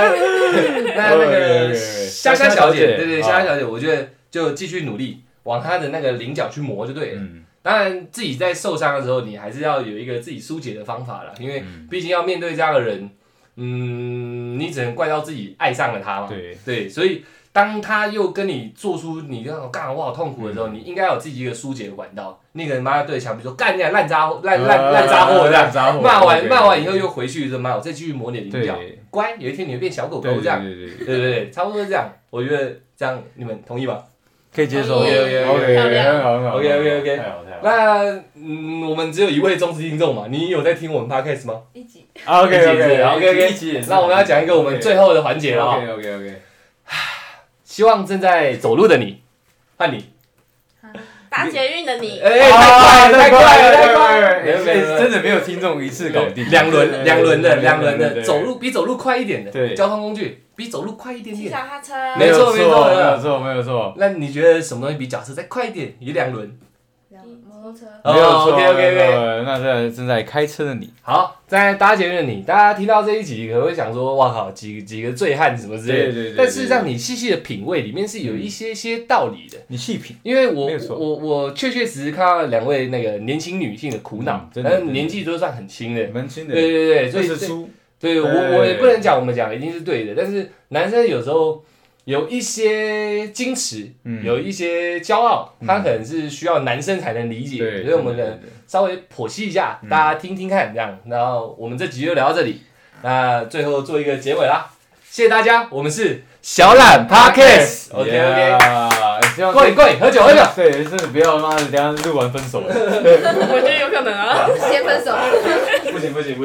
Speaker 1: 那那个虾哦虾小姐，对哦对，虾虾小姐，我觉得就继续努力，往她的那个菱角去磨就对了。
Speaker 2: 嗯，
Speaker 1: 当然，自己在受伤的时候，你还是要有一个自己疏解的方法啦，因为毕竟要面对这样的人，嗯，你只能怪到自己爱上了他嘛。
Speaker 2: 对，
Speaker 1: 对，所以当他又跟你做出你那种干我好痛苦的时
Speaker 2: 嗯
Speaker 1: 候，你应该有自己一个疏解的管道。那个人妈对着墙壁说干你啊烂渣货烂烂烂渣货这样，
Speaker 2: 杂货
Speaker 1: 骂完骂完以后
Speaker 2: 又
Speaker 1: 又回去就骂我再继续磨你的
Speaker 2: 啊对
Speaker 1: 菱角，乖，有一天你会变小狗狗这样，
Speaker 2: 对对
Speaker 1: 对
Speaker 2: 对，
Speaker 1: 对对，差不多是这样。我觉得这样你们同意吗？
Speaker 2: 可以接受。
Speaker 3: 同意
Speaker 5: OK，很好很好
Speaker 1: OK，OK，OK
Speaker 5: 太好太好。
Speaker 1: 那嗯，我们只有一位忠实听众嘛，你有在听我们 podcast 吗？
Speaker 3: 一集
Speaker 2: OK OK
Speaker 1: OK，OK，OK
Speaker 2: 哎一集也是
Speaker 1: 那我们要讲一个我们最后的环节了哦，
Speaker 2: OK OK OK，
Speaker 1: 希望正在走路的你，换你。
Speaker 3: 打捷运的你，
Speaker 1: 哎、太
Speaker 2: 啊太
Speaker 1: 快
Speaker 2: 快
Speaker 1: 了，
Speaker 2: 了
Speaker 1: 太
Speaker 2: 太
Speaker 1: 快
Speaker 2: 快
Speaker 1: 了，
Speaker 2: 了，真的没有听众一次搞定，
Speaker 1: 两轮两轮的
Speaker 5: 对
Speaker 1: 两轮
Speaker 5: 对对
Speaker 1: 的，
Speaker 5: 对
Speaker 1: 走路比走路快一点的，
Speaker 2: 对
Speaker 1: 交通工具比走路快一点
Speaker 3: 骑
Speaker 1: 点。
Speaker 3: 脚踏车，
Speaker 1: 没错
Speaker 5: 没没有错，没有错。
Speaker 1: 那你觉得什么东西比脚车再快一点？一两轮。
Speaker 4: 两摩托车，
Speaker 1: 哦
Speaker 5: 没有错
Speaker 1: OK OK OK。
Speaker 2: 那在正在开车的你，
Speaker 1: 好，在搭捷运的你，大家听到这一集可能会想说，哇靠，几几个醉汉什么之类的。
Speaker 2: 对对对对
Speaker 1: 但事实上，你细细的品味里面是有一些些道理的。
Speaker 2: 你细品，
Speaker 1: 因为我
Speaker 2: 没有错
Speaker 1: 我我确确实实看到两位那个年轻女性的苦恼
Speaker 2: 嗯，真的
Speaker 1: 但是
Speaker 2: 真的
Speaker 1: 年纪都算很轻的。
Speaker 2: 蛮轻
Speaker 1: 对
Speaker 2: 的，
Speaker 1: 对对，所
Speaker 2: 这
Speaker 1: 以
Speaker 2: 是书，
Speaker 1: 对我
Speaker 2: 对
Speaker 1: 我也不能讲我们讲的一定是对的，但是男生有时候有一些矜持，
Speaker 2: 嗯
Speaker 1: 有一些骄傲，他可能是需要男生才能理解，
Speaker 2: 对，嗯
Speaker 1: 所以我们可能稍微剖析一下，大家听听看这样。然后我们这集就聊到这里，那最后做一个结尾啦，谢谢大家，我们是小懒 Podcast，OK OK，
Speaker 2: OK，希望
Speaker 1: 过瘾过瘾，喝酒喝酒，
Speaker 2: 对，真的不要 妈的，等下录完分手了，
Speaker 3: 我觉得有可能啊。
Speaker 4: 先分手。
Speaker 5: 不行不行不行。